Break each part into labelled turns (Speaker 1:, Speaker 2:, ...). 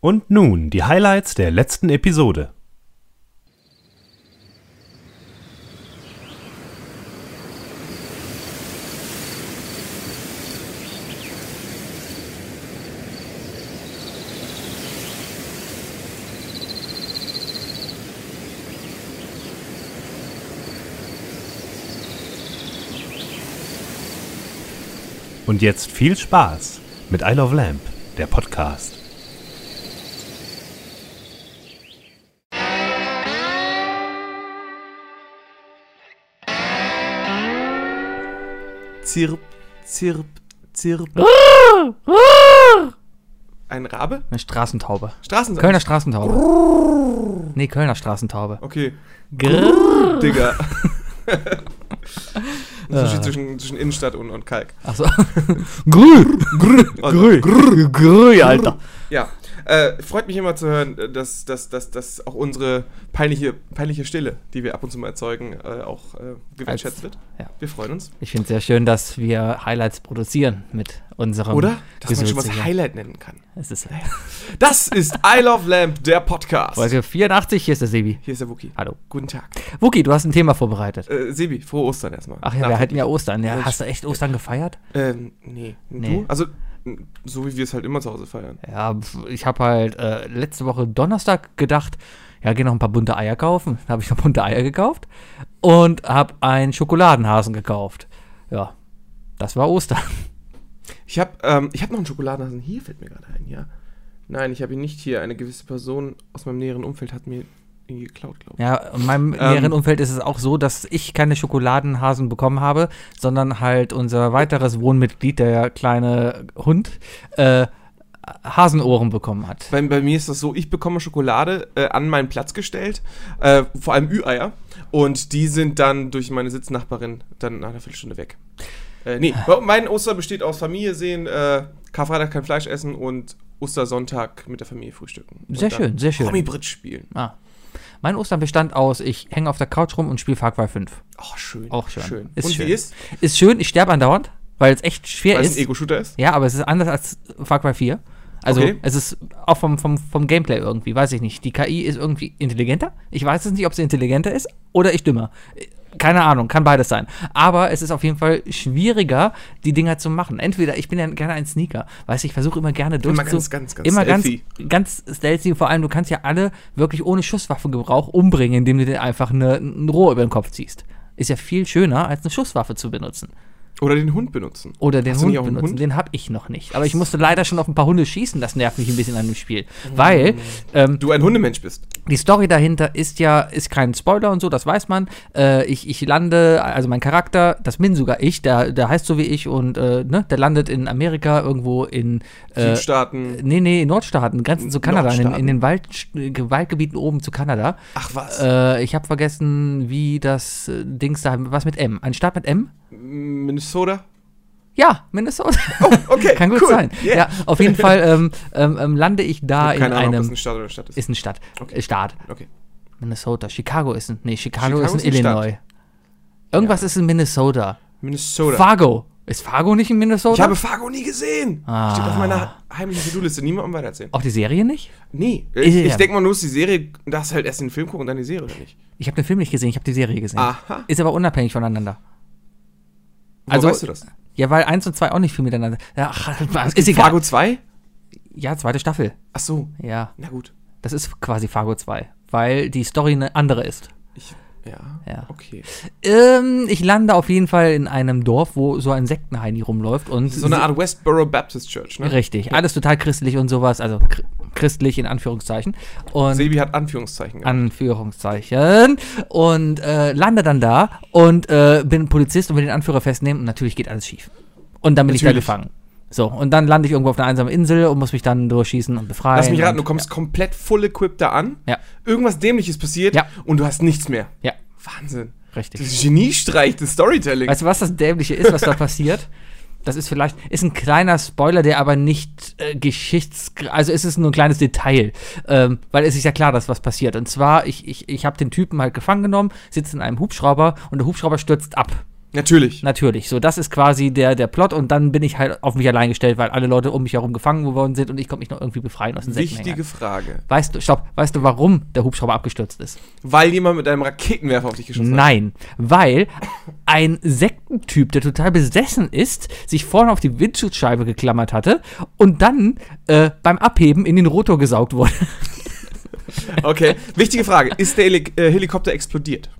Speaker 1: Und nun die Highlights der letzten Episode. Und jetzt viel Spaß mit I Love Lamp, der Podcast.
Speaker 2: Zirp, zirp, zirp.
Speaker 3: Ah!
Speaker 2: Ein Rabe?
Speaker 3: Eine Straßentaube.
Speaker 2: Straßen.
Speaker 3: Kölner Straßentaube. Nee, Kölner Straßentaube.
Speaker 2: Okay.
Speaker 3: Grrr.
Speaker 2: Digga. Ein
Speaker 3: Ah.
Speaker 2: Unterschied zwischen, zwischen Innenstadt und, und Kalk.
Speaker 3: Achso. Grrr. Grrr. Grrr. Grrr. Grrr, Alter.
Speaker 2: Ja. Äh, freut mich immer zu hören, äh, dass, dass, dass, dass auch unsere peinliche, peinliche Stille, die wir ab und zu mal erzeugen, äh, auch äh, gewertschätzt wird.
Speaker 3: ja.
Speaker 2: Wir freuen uns.
Speaker 3: Ich finde es sehr schön, dass wir Highlights produzieren mit unserem.
Speaker 2: Oder? Dass man schon was
Speaker 3: Gesülze hier.
Speaker 2: Highlight nennen kann.
Speaker 3: Es ist
Speaker 2: Das ist I Love Lamp, der Podcast.
Speaker 3: Folge 84, hier ist der Sebi.
Speaker 2: Hier ist der Wookie.
Speaker 3: Hallo.
Speaker 2: Guten Tag.
Speaker 3: Wuki, du hast ein Thema vorbereitet.
Speaker 2: Äh, Sebi, frohe Ostern erstmal.
Speaker 3: Ach ja,
Speaker 2: Nach-
Speaker 3: wir hatten ja Ostern. Ja,
Speaker 2: Ja,
Speaker 3: hast du echt Ostern gefeiert?
Speaker 2: Ähm, nee.
Speaker 3: Nee.
Speaker 2: Du? Also, n- so wie wir es halt immer zu Hause feiern.
Speaker 3: Ja, pf, ich habe halt äh, letzte Woche Donnerstag gedacht, ja, geh noch ein paar bunte Eier kaufen. Dann habe ich noch bunte Eier gekauft und habe einen Schokoladenhasen gekauft. Ja, das war Ostern.
Speaker 2: Ich habe ähm, ich hab noch einen Schokoladenhasen hier, fällt mir gerade ein, ja. Nein, ich habe ihn nicht hier. Eine gewisse Person aus meinem näheren Umfeld hat mir ihn geklaut, glaube ich.
Speaker 3: Ja, in meinem näheren Umfeld ist es auch so, dass ich keine Schokoladenhasen bekommen habe, sondern halt unser weiteres Wohnmitglied, der kleine Hund, äh, Hasenohren bekommen hat.
Speaker 2: Bei, bei mir ist das so, ich bekomme Schokolade äh, an meinen Platz gestellt, äh, vor allem Ü-Eier. Und die sind dann durch meine Sitznachbarin dann nach einer Viertelstunde weg. Äh, nee,
Speaker 3: Ah.
Speaker 2: mein Oster besteht aus Familie sehen, äh, Karfreitag kein Fleisch essen und Ostersonntag mit der Familie frühstücken. Und
Speaker 3: Sehr
Speaker 2: dann
Speaker 3: schön, sehr schön.
Speaker 2: Promi-Brit spielen.
Speaker 3: Ah. Mein Ostern bestand aus, ich hänge auf der Couch rum und spiele Far Cry 5.
Speaker 2: Ach, schön.
Speaker 3: Auch schön.
Speaker 2: Ist
Speaker 3: Ist
Speaker 2: und
Speaker 3: schön.
Speaker 2: wie ist?
Speaker 3: Ist schön, ich sterbe andauernd, weil es echt schwer
Speaker 2: Weil es
Speaker 3: ist.
Speaker 2: ein Ego-Shooter ist?
Speaker 3: Ja, aber es ist anders als Far Cry 4. Also
Speaker 2: Okay.
Speaker 3: es ist auch vom, vom, vom Gameplay irgendwie, weiß ich nicht. Die KI ist irgendwie intelligenter. Ich weiß es nicht, ob sie intelligenter ist oder ich dümmer. Keine Ahnung, kann beides sein. Aber es ist auf jeden Fall schwieriger, die Dinger zu machen. Entweder ich bin ja gerne ein Sneaker, weiß ich versuche immer gerne durchzu...
Speaker 2: ganz, ganz, ganz
Speaker 3: immer
Speaker 2: stealthy.
Speaker 3: ganz, ganz stealthy. Vor allem, du kannst ja alle wirklich ohne Schusswaffengebrauch umbringen, indem du dir einfach eine, ein Rohr über den Kopf ziehst. Ist ja viel schöner, als eine Schusswaffe zu benutzen.
Speaker 2: Oder den Hund benutzen.
Speaker 3: Oder den
Speaker 2: Hast du
Speaker 3: Hund
Speaker 2: nicht auch einen
Speaker 3: benutzen.
Speaker 2: Hund?
Speaker 3: Den habe ich noch nicht. Aber ich musste leider schon auf ein paar Hunde schießen. Das nervt mich ein bisschen an dem Spiel.
Speaker 2: Mhm.
Speaker 3: Weil ähm,
Speaker 2: Du ein Hundemensch bist.
Speaker 3: die Story dahinter ist ja, ist kein Spoiler und so, das weiß man. Äh, ich, ich lande, also mein Charakter, das bin sogar ich, der, der heißt so wie ich und äh, ne, der landet in Amerika irgendwo in. Äh,
Speaker 2: Südstaaten.
Speaker 3: Nee, nee, in Nordstaaten, Grenzen zu Kanada, in, den- in den Wald, Waldgebieten oben zu Kanada.
Speaker 2: Ach was.
Speaker 3: Äh, ich habe vergessen, wie das äh, Dings da, was mit M? Ein Staat mit M?
Speaker 2: Minnesota.
Speaker 3: Ja, Minnesota.
Speaker 2: Oh, Okay.
Speaker 3: Kann gut
Speaker 2: cool.
Speaker 3: sein.
Speaker 2: Yeah.
Speaker 3: Ja, auf jeden Fall ähm, ähm, ähm, lande ich da in
Speaker 2: Keine Ahnung, ob
Speaker 3: einem.
Speaker 2: das ein Staat oder eine Stadt ist.
Speaker 3: ist ein Stadt.
Speaker 2: Okay.
Speaker 3: Äh, Staat.
Speaker 2: Okay.
Speaker 3: Minnesota. Chicago ist ein. Nee, Chicago,
Speaker 2: Chicago
Speaker 3: ist
Speaker 2: ist
Speaker 3: in
Speaker 2: eine
Speaker 3: Illinois. Irgendwas ist in Minnesota.
Speaker 2: Minnesota.
Speaker 3: Fargo. Ist Fargo nicht in Minnesota?
Speaker 2: ich habe Fargo nie gesehen.
Speaker 3: Ah.
Speaker 2: Steht auf meiner heimlichen To-Do-Liste. Niemandem weitererzählen.
Speaker 3: Auch die Serie nicht?
Speaker 2: Nee. Ich,
Speaker 3: Ja.
Speaker 2: ich denke mal, nur ist die Serie, darfst halt erst den Film gucken und dann die Serie, oder nicht?
Speaker 3: Ich habe den Film nicht gesehen, ich habe die Serie gesehen.
Speaker 2: Aha.
Speaker 3: Ist aber unabhängig voneinander.
Speaker 2: Woher
Speaker 3: Also,
Speaker 2: weißt du das?
Speaker 3: Ja, weil eins und zwei auch nicht viel miteinander. Ja, Ach, ist egal.
Speaker 2: Fargo 2?
Speaker 3: Ja, zweite Staffel.
Speaker 2: Ach so.
Speaker 3: Ja,
Speaker 2: Na gut.
Speaker 3: das ist quasi Fargo 2, weil die Story eine andere ist.
Speaker 2: Ich, ja.
Speaker 3: Ja.
Speaker 2: Okay.
Speaker 3: Ähm, ich lande auf jeden Fall in einem Dorf, wo so ein Sektenheini rumläuft und
Speaker 2: So eine Art Westboro Baptist Church, ne?
Speaker 3: richtig, alles total christlich und sowas, also chr- christlich in Anführungszeichen und
Speaker 2: Sebi hat Anführungszeichen gemacht.
Speaker 3: Anführungszeichen und äh, lande dann da und äh, bin Polizist und will den Anführer festnehmen und natürlich geht alles schief und dann bin ich da
Speaker 2: Natürlich.
Speaker 3: gefangen. So und dann lande ich irgendwo auf einer einsamen Insel und muss mich dann durchschießen und befreien.
Speaker 2: Lass mich raten, du
Speaker 3: und,
Speaker 2: kommst komplett full equipped da an.
Speaker 3: Ja.
Speaker 2: Irgendwas Dämliches passiert
Speaker 3: Ja.
Speaker 2: und du hast nichts mehr.
Speaker 3: ja,
Speaker 2: Wahnsinn.
Speaker 3: richtig.
Speaker 2: Das Geniestreich des Storytelling.
Speaker 3: Weißt du, was das Dämliche ist, was da passiert? Das ist vielleicht, ist ein kleiner Spoiler, der aber nicht äh, geschichts... Also es ist nur ein kleines Detail, ähm, weil es ist ja klar, dass was passiert. Und zwar, ich, ich, ich habe den Typen halt gefangen genommen, sitzt in einem Hubschrauber und der Hubschrauber stürzt ab.
Speaker 2: Natürlich.
Speaker 3: Natürlich. So, das ist quasi der, der Plot und dann bin ich halt auf mich allein gestellt, weil alle Leute um mich herum gefangen geworden sind und ich konnte mich noch irgendwie befreien aus den
Speaker 2: Wichtige
Speaker 3: Säcken.
Speaker 2: Frage.
Speaker 3: Weißt du, stopp, weißt du, warum der Hubschrauber abgestürzt ist?
Speaker 2: Weil jemand mit einem Raketenwerfer auf dich geschossen hat.
Speaker 3: Nein, weil ein Sektentyp, der total besessen ist, sich vorne auf die Windschutzscheibe geklammert hatte und dann äh, beim Abheben in den Rotor gesaugt wurde.
Speaker 2: Okay. Wichtige Frage. Ist der Heli- äh, Helikopter explodiert?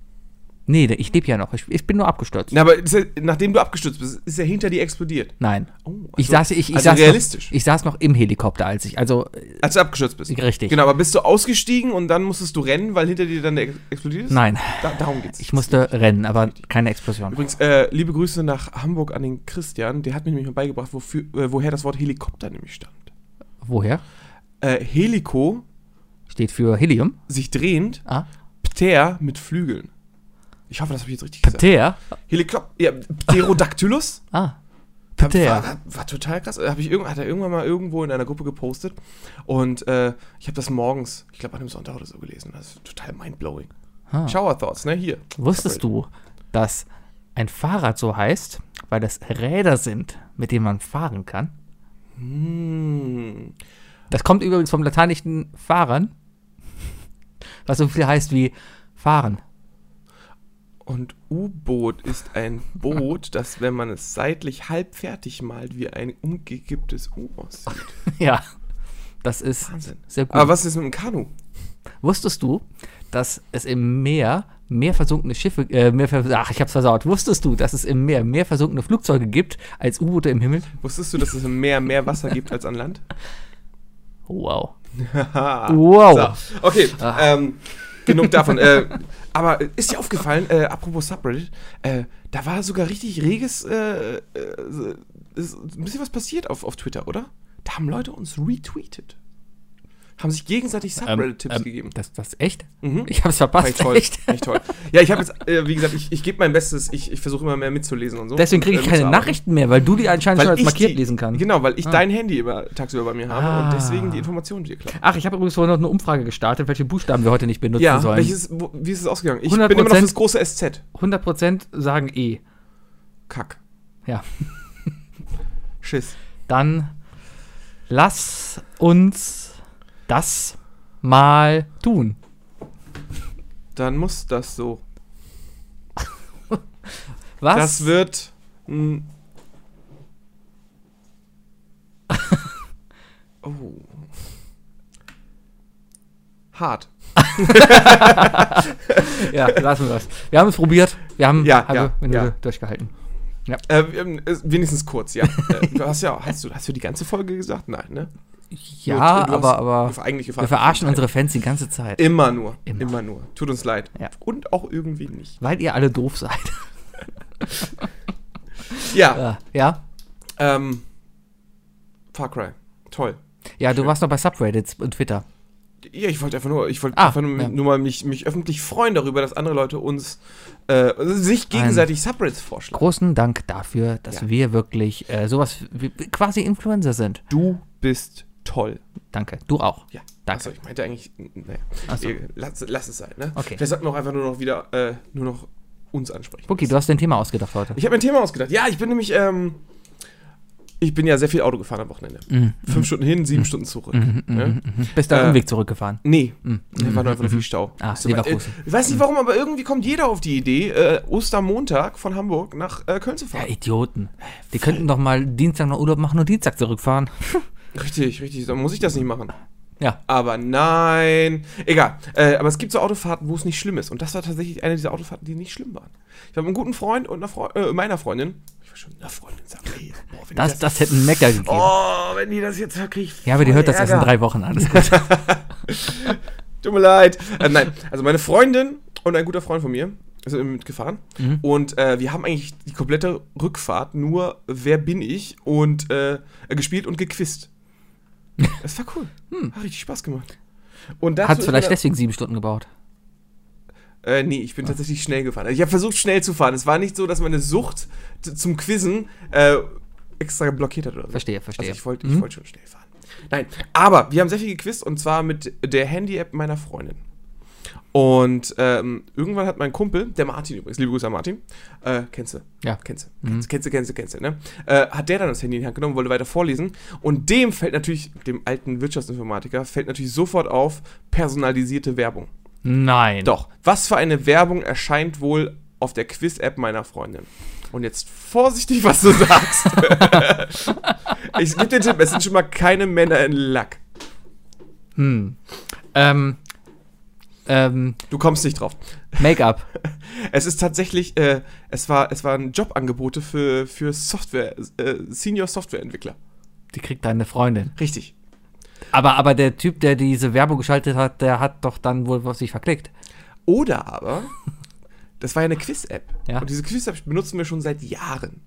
Speaker 3: nee, ich lebe ja noch. Ich, ich bin nur abgestürzt.
Speaker 2: Na, aber ist er, nachdem du abgestürzt bist, ist er hinter dir explodiert.
Speaker 3: Nein.
Speaker 2: Oh,
Speaker 3: ich
Speaker 2: also-
Speaker 3: saß, ich, ich
Speaker 2: also
Speaker 3: saß
Speaker 2: realistisch.
Speaker 3: Noch, ich saß noch im Helikopter, als ich. Also, äh,
Speaker 2: Als du abgestürzt bist.
Speaker 3: Richtig.
Speaker 2: Genau, aber bist du ausgestiegen und dann musstest du rennen, weil hinter dir dann der ex- explodiert ist?
Speaker 3: nein.
Speaker 2: Da, darum geht's.
Speaker 3: Ich musste rennen, aber keine Explosion.
Speaker 2: Übrigens, äh, liebe Grüße nach Hamburg an den Christian. Der hat mir nämlich mal beigebracht, wofür, äh, woher das Wort Helikopter nämlich stammt.
Speaker 3: Woher?
Speaker 2: Äh, Heliko,
Speaker 3: Steht für Helium.
Speaker 2: sich drehend,
Speaker 3: Ah.
Speaker 2: Pter mit Flügeln. Ich hoffe, das habe ich jetzt richtig gesagt.
Speaker 3: Pter.
Speaker 2: Helikopter, ja, Pterodactylus.
Speaker 3: Ah.
Speaker 2: Hab-
Speaker 3: Pter.
Speaker 2: War, war total krass. Hab ich irgend, hat er irgendwann mal irgendwo in einer Gruppe gepostet. Und äh, ich habe das morgens, ich glaube an einem Sonntag oder so gelesen. Das ist total mindblowing.
Speaker 3: Ah.
Speaker 2: Shower Thoughts, ne? Hier.
Speaker 3: Wusstest du, dass ein Fahrrad so heißt, weil das Räder sind, mit denen man fahren kann?
Speaker 2: Hm.
Speaker 3: Das kommt übrigens vom lateinischen Fahren, was so viel heißt wie fahren.
Speaker 2: Und U-Boot ist ein Boot, das, wenn man es seitlich halb fertig malt, wie ein umgekipptes U aussieht.
Speaker 3: Ja, das ist
Speaker 2: Wahnsinn.
Speaker 3: sehr gut.
Speaker 2: Aber was ist mit dem Kanu?
Speaker 3: Wusstest du, dass es im Meer mehr versunkene Schiffe, äh, mehr vers ach, ich hab's versaut. Wusstest du, dass es im Meer mehr versunkene Flugzeuge gibt als U-Boote im Himmel?
Speaker 2: Wusstest du, dass es im Meer mehr Wasser gibt als an Land? Oh,
Speaker 3: Wow.
Speaker 2: Haha.
Speaker 3: Wow.
Speaker 2: So, okay, ähm, genug davon. äh, aber ist dir aufgefallen, äh, apropos Subreddit, äh, da war sogar richtig reges, äh, äh, ist ein bisschen was passiert auf, auf Twitter, oder? Da haben Leute uns retweetet. Haben sich gegenseitig Subreddit-Tipps gegeben.
Speaker 3: Das, das echt?
Speaker 2: Mhm.
Speaker 3: Ich hab's
Speaker 2: Fand ich
Speaker 3: verpasst.
Speaker 2: toll.
Speaker 3: Echt?
Speaker 2: Fand ich toll. Ja, ich habe jetzt, äh, wie gesagt, ich, ich gebe mein Bestes, ich, ich versuche immer mehr mitzulesen und so.
Speaker 3: Deswegen kriege ich
Speaker 2: und, äh,
Speaker 3: keine
Speaker 2: mitzuarbeiten.
Speaker 3: Nachrichten mehr, weil du die anscheinend schon
Speaker 2: Weil
Speaker 3: als
Speaker 2: ich
Speaker 3: markiert
Speaker 2: die,
Speaker 3: lesen kannst.
Speaker 2: Genau, weil ich dein Handy über, tagsüber bei mir habe
Speaker 3: Ah.
Speaker 2: und deswegen die Informationen dir klar.
Speaker 3: Ach, ich habe übrigens vorhin noch eine Umfrage gestartet, welche Buchstaben wir heute nicht benutzen
Speaker 2: Ja,
Speaker 3: sollen.
Speaker 2: welches, wo, wie ist es ausgegangen? Ich
Speaker 3: 100%
Speaker 2: bin immer noch das große SZ.
Speaker 3: 100% sagen E.
Speaker 2: Kack.
Speaker 3: Ja.
Speaker 2: Schiss.
Speaker 3: Dann lass uns das mal tun.
Speaker 2: Dann muss das so.
Speaker 3: Was?
Speaker 2: Das wird. mm. oh. Hart.
Speaker 3: ja, lassen wir das. Wir haben es probiert. Wir haben also
Speaker 2: Ja,
Speaker 3: halbe
Speaker 2: ja,
Speaker 3: Minute
Speaker 2: ja.
Speaker 3: durchgehalten.
Speaker 2: Äh, ähm, äh, wenigstens kurz, ja. Äh, du hast ja, hast du, hast du die ganze Folge gesagt? Nein, ne?
Speaker 3: Ja,
Speaker 2: du hast-
Speaker 3: aber, aber
Speaker 2: du- eigentlich
Speaker 3: wir verarschen unsere Fans die ganze Zeit,
Speaker 2: Immer nur,
Speaker 3: Immer.
Speaker 2: immer, nur. Tut uns leid.
Speaker 3: Ja.
Speaker 2: Und auch irgendwie nicht.
Speaker 3: weil ihr alle doof seid.
Speaker 2: Ja,
Speaker 3: Ja, ja.
Speaker 2: ähm, Far Cry. Toll.
Speaker 3: ja du warst noch bei Subreddits und Twitter.
Speaker 2: Ja, ich wollte einfach nur, ich wollte
Speaker 3: Ah,
Speaker 2: einfach nur,
Speaker 3: ja.
Speaker 2: nur mal mich, mich öffentlich freuen darüber, dass andere Leute uns äh, sich gegenseitig Subreddits vorschlagen.
Speaker 3: Großen Dank dafür, dass
Speaker 2: Ja.
Speaker 3: wir wirklich äh, sowas wie, quasi Influencer sind.
Speaker 2: Du bist toll.
Speaker 3: Danke. Du auch.
Speaker 2: Ja.
Speaker 3: Danke.
Speaker 2: Achso, ich meinte eigentlich, naja,
Speaker 3: Ach so.
Speaker 2: Äh, lass, lass es sein, ne?
Speaker 3: Okay.
Speaker 2: Vielleicht sollten wir auch einfach nur noch wieder, äh, nur noch uns ansprechen.
Speaker 3: Bucky, du hast dein Thema ausgedacht heute.
Speaker 2: Ich habe mir ein Thema ausgedacht. Ja, ich bin nämlich, ähm, ich bin ja sehr viel Auto gefahren am Wochenende.
Speaker 3: Mhm.
Speaker 2: Fünf Stunden hin, sieben Stunden zurück. ne?
Speaker 3: Bist da
Speaker 2: Äh,
Speaker 3: auf dem Weg zurückgefahren.
Speaker 2: Nee, da war nur einfach nur viel Stau.
Speaker 3: Mhm. Ah,
Speaker 2: So, weil, äh,
Speaker 3: Leverkusen.
Speaker 2: ich weiß nicht warum, aber irgendwie kommt jeder auf die Idee, äh, Ostermontag von Hamburg nach äh, Köln zu
Speaker 3: Ja,
Speaker 2: fahren.
Speaker 3: Idioten. Die könnten doch mal Dienstag noch Urlaub machen und Dienstag zurückfahren.
Speaker 2: Richtig, richtig, dann muss ich das nicht machen.
Speaker 3: Ja.
Speaker 2: Aber nein. Egal. Äh, aber es gibt so Autofahrten, wo es nicht schlimm ist. Und das war tatsächlich eine dieser Autofahrten, die nicht schlimm waren. Ich habe einen guten Freund und einer Freu äh, meiner Freundin. Ich war schon einer Freundin sagen. Ey, boah, wenn die
Speaker 3: Das, das hätten einen Mecker gegeben.
Speaker 2: Oh, wenn die das jetzt verkriegt.
Speaker 3: ja, aber die hört das erst in drei Wochen an. Alles gut.
Speaker 2: Tut mir leid. Äh, nein, also meine Freundin und ein guter Freund von mir sind mitgefahren.
Speaker 3: Mhm.
Speaker 2: Und äh, wir haben eigentlich die komplette Rückfahrt nur Wer bin ich und äh, gespielt und gequist. Das war cool. Hat richtig Spaß gemacht. Und dazu
Speaker 3: Hat
Speaker 2: ist
Speaker 3: Hm. vielleicht
Speaker 2: mir-
Speaker 3: deswegen sieben Stunden gebraucht.
Speaker 2: Äh, nee,
Speaker 3: Ah.
Speaker 2: ich bin tatsächlich schnell gefahren. Also ich habe versucht, schnell zu fahren. Es war nicht so, dass meine Sucht t- zum Quizzen äh, extra blockiert hat oder so.
Speaker 3: Verstehe, verstehe.
Speaker 2: Also ich wollte ich wollte schon schnell fahren. Nein, aber wir haben sehr viel gequizt und zwar mit der Handy-App meiner Freundin. Und ähm, irgendwann hat mein Kumpel, der Martin übrigens, liebe Grüße an Martin, äh, kennst du?
Speaker 3: Ja.
Speaker 2: Kennst du, kennst du, kennst du, kennst du, kennst du, ne? Äh, hat der dann das Handy in die Hand genommen, wollte weiter vorlesen. Und dem fällt natürlich, dem alten Wirtschaftsinformatiker, fällt natürlich sofort auf, personalisierte Werbung.
Speaker 3: Nein.
Speaker 2: Doch, was für eine Werbung erscheint wohl auf der Quiz-App meiner Freundin? Und jetzt vorsichtig, was du sagst. ich gebe dir einen Tipp, es sind schon mal keine Männer in Lack.
Speaker 3: Hm. Ähm, ähm,
Speaker 2: Du kommst nicht drauf.
Speaker 3: Make-up.
Speaker 2: Es ist tatsächlich, äh, es, war, es waren Jobangebote für, für Software, äh, Senior Softwareentwickler.
Speaker 3: Die kriegt deine Freundin.
Speaker 2: Richtig.
Speaker 3: Aber, aber der Typ, der diese Werbung geschaltet hat, der hat doch dann wohl was sich verklickt.
Speaker 2: Oder aber, das war ja eine Quiz-App.
Speaker 3: Ja.
Speaker 2: Und diese Quiz-App benutzen wir schon seit Jahren.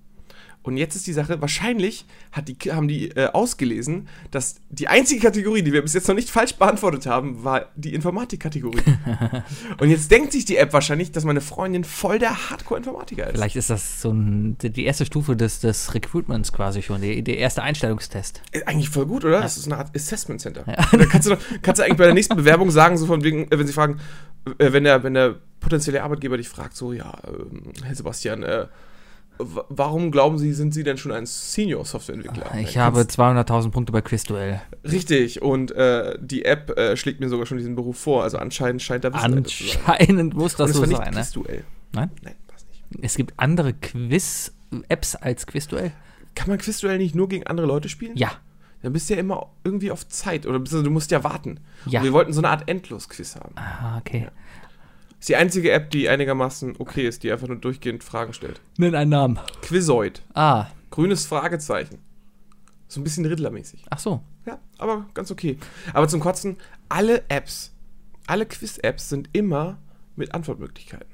Speaker 2: Und jetzt ist die Sache, wahrscheinlich hat die, haben die äh, ausgelesen, dass die einzige Kategorie, die wir bis jetzt noch nicht falsch beantwortet haben, war die Informatik-Kategorie. Und jetzt denkt sich die App wahrscheinlich, dass meine Freundin voll der Hardcore-Informatiker ist.
Speaker 3: Vielleicht ist das so ein, die erste Stufe des, des Recruitments quasi schon, die, der erste Einstellungstest.
Speaker 2: Äh, Eigentlich voll gut, oder? Das ist eine Art Assessment Center. Da kannst du, doch, kannst du eigentlich bei der nächsten Bewerbung sagen, so von wegen, äh, wenn sie fragen, äh, wenn der, wenn der potenzielle Arbeitgeber dich fragt, so, ja, ähm, Herr Sebastian, äh, w- warum glauben Sie, sind Sie denn schon ein Senior Softwareentwickler? Dann
Speaker 3: Ich
Speaker 2: kannst-
Speaker 3: habe 200.000 Punkte bei Quizduell.
Speaker 2: Richtig, und äh, die App äh, schlägt mir sogar schon diesen Beruf vor. Also anscheinend scheint da dahinter zu sein.
Speaker 3: Anscheinend muss das so
Speaker 2: und
Speaker 3: sein. Ne?
Speaker 2: das war nicht Quizduell.
Speaker 3: Nein?
Speaker 2: Nein, war's nicht.
Speaker 3: Es gibt andere Quiz-Apps als Quizduell?
Speaker 2: Kann man Quizduell nicht nur gegen andere Leute spielen?
Speaker 3: Ja.
Speaker 2: Dann bist du ja immer irgendwie auf Zeit oder beziehungsweise du musst ja warten.
Speaker 3: Ja.
Speaker 2: Und wir wollten so eine Art Endlos-Quiz haben.
Speaker 3: Ah, okay.
Speaker 2: Ist die einzige App, die einigermaßen okay ist, die einfach nur durchgehend Fragen stellt.
Speaker 3: Nenn einen Namen.
Speaker 2: Quizoid.
Speaker 3: Ah,
Speaker 2: Grünes Fragezeichen. So ein bisschen Riddlermäßig.
Speaker 3: ach so.
Speaker 2: Ja, aber ganz okay. Aber zum Kotzen, alle Apps, alle Quiz-Apps sind immer mit Antwortmöglichkeiten.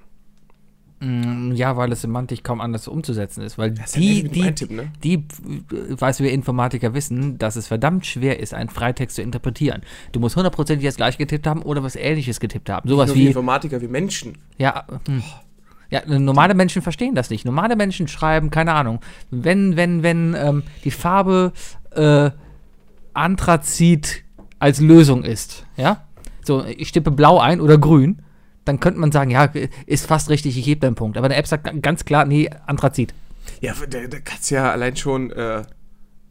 Speaker 3: Mm, Ja, weil es semantisch kaum anders umzusetzen ist. Weil
Speaker 2: Das ist ja ähnlich
Speaker 3: die,
Speaker 2: mit dem
Speaker 3: die,
Speaker 2: Eintippen, ne?
Speaker 3: die, äh, weiß wir Informatiker wissen, dass es verdammt schwer ist, einen Freitext zu interpretieren. Du musst hundertprozentig das gleiche getippt haben oder was Ähnliches getippt haben. Sowas
Speaker 2: Nur wie
Speaker 3: wie,
Speaker 2: Informatiker, wie Menschen.
Speaker 3: ja, äh, hm. ja, normale Menschen verstehen das nicht. Normale Menschen schreiben, keine Ahnung, wenn, wenn, wenn ähm, die Farbe äh, Anthrazit als Lösung ist, ja? So, ich tippe blau ein oder grün, dann könnte man sagen, ja, ist fast richtig, ich heb deinen Punkt. Aber der App sagt ganz klar, nee, Anthrazit.
Speaker 2: Ja, da, da kannst du ja allein schon, äh,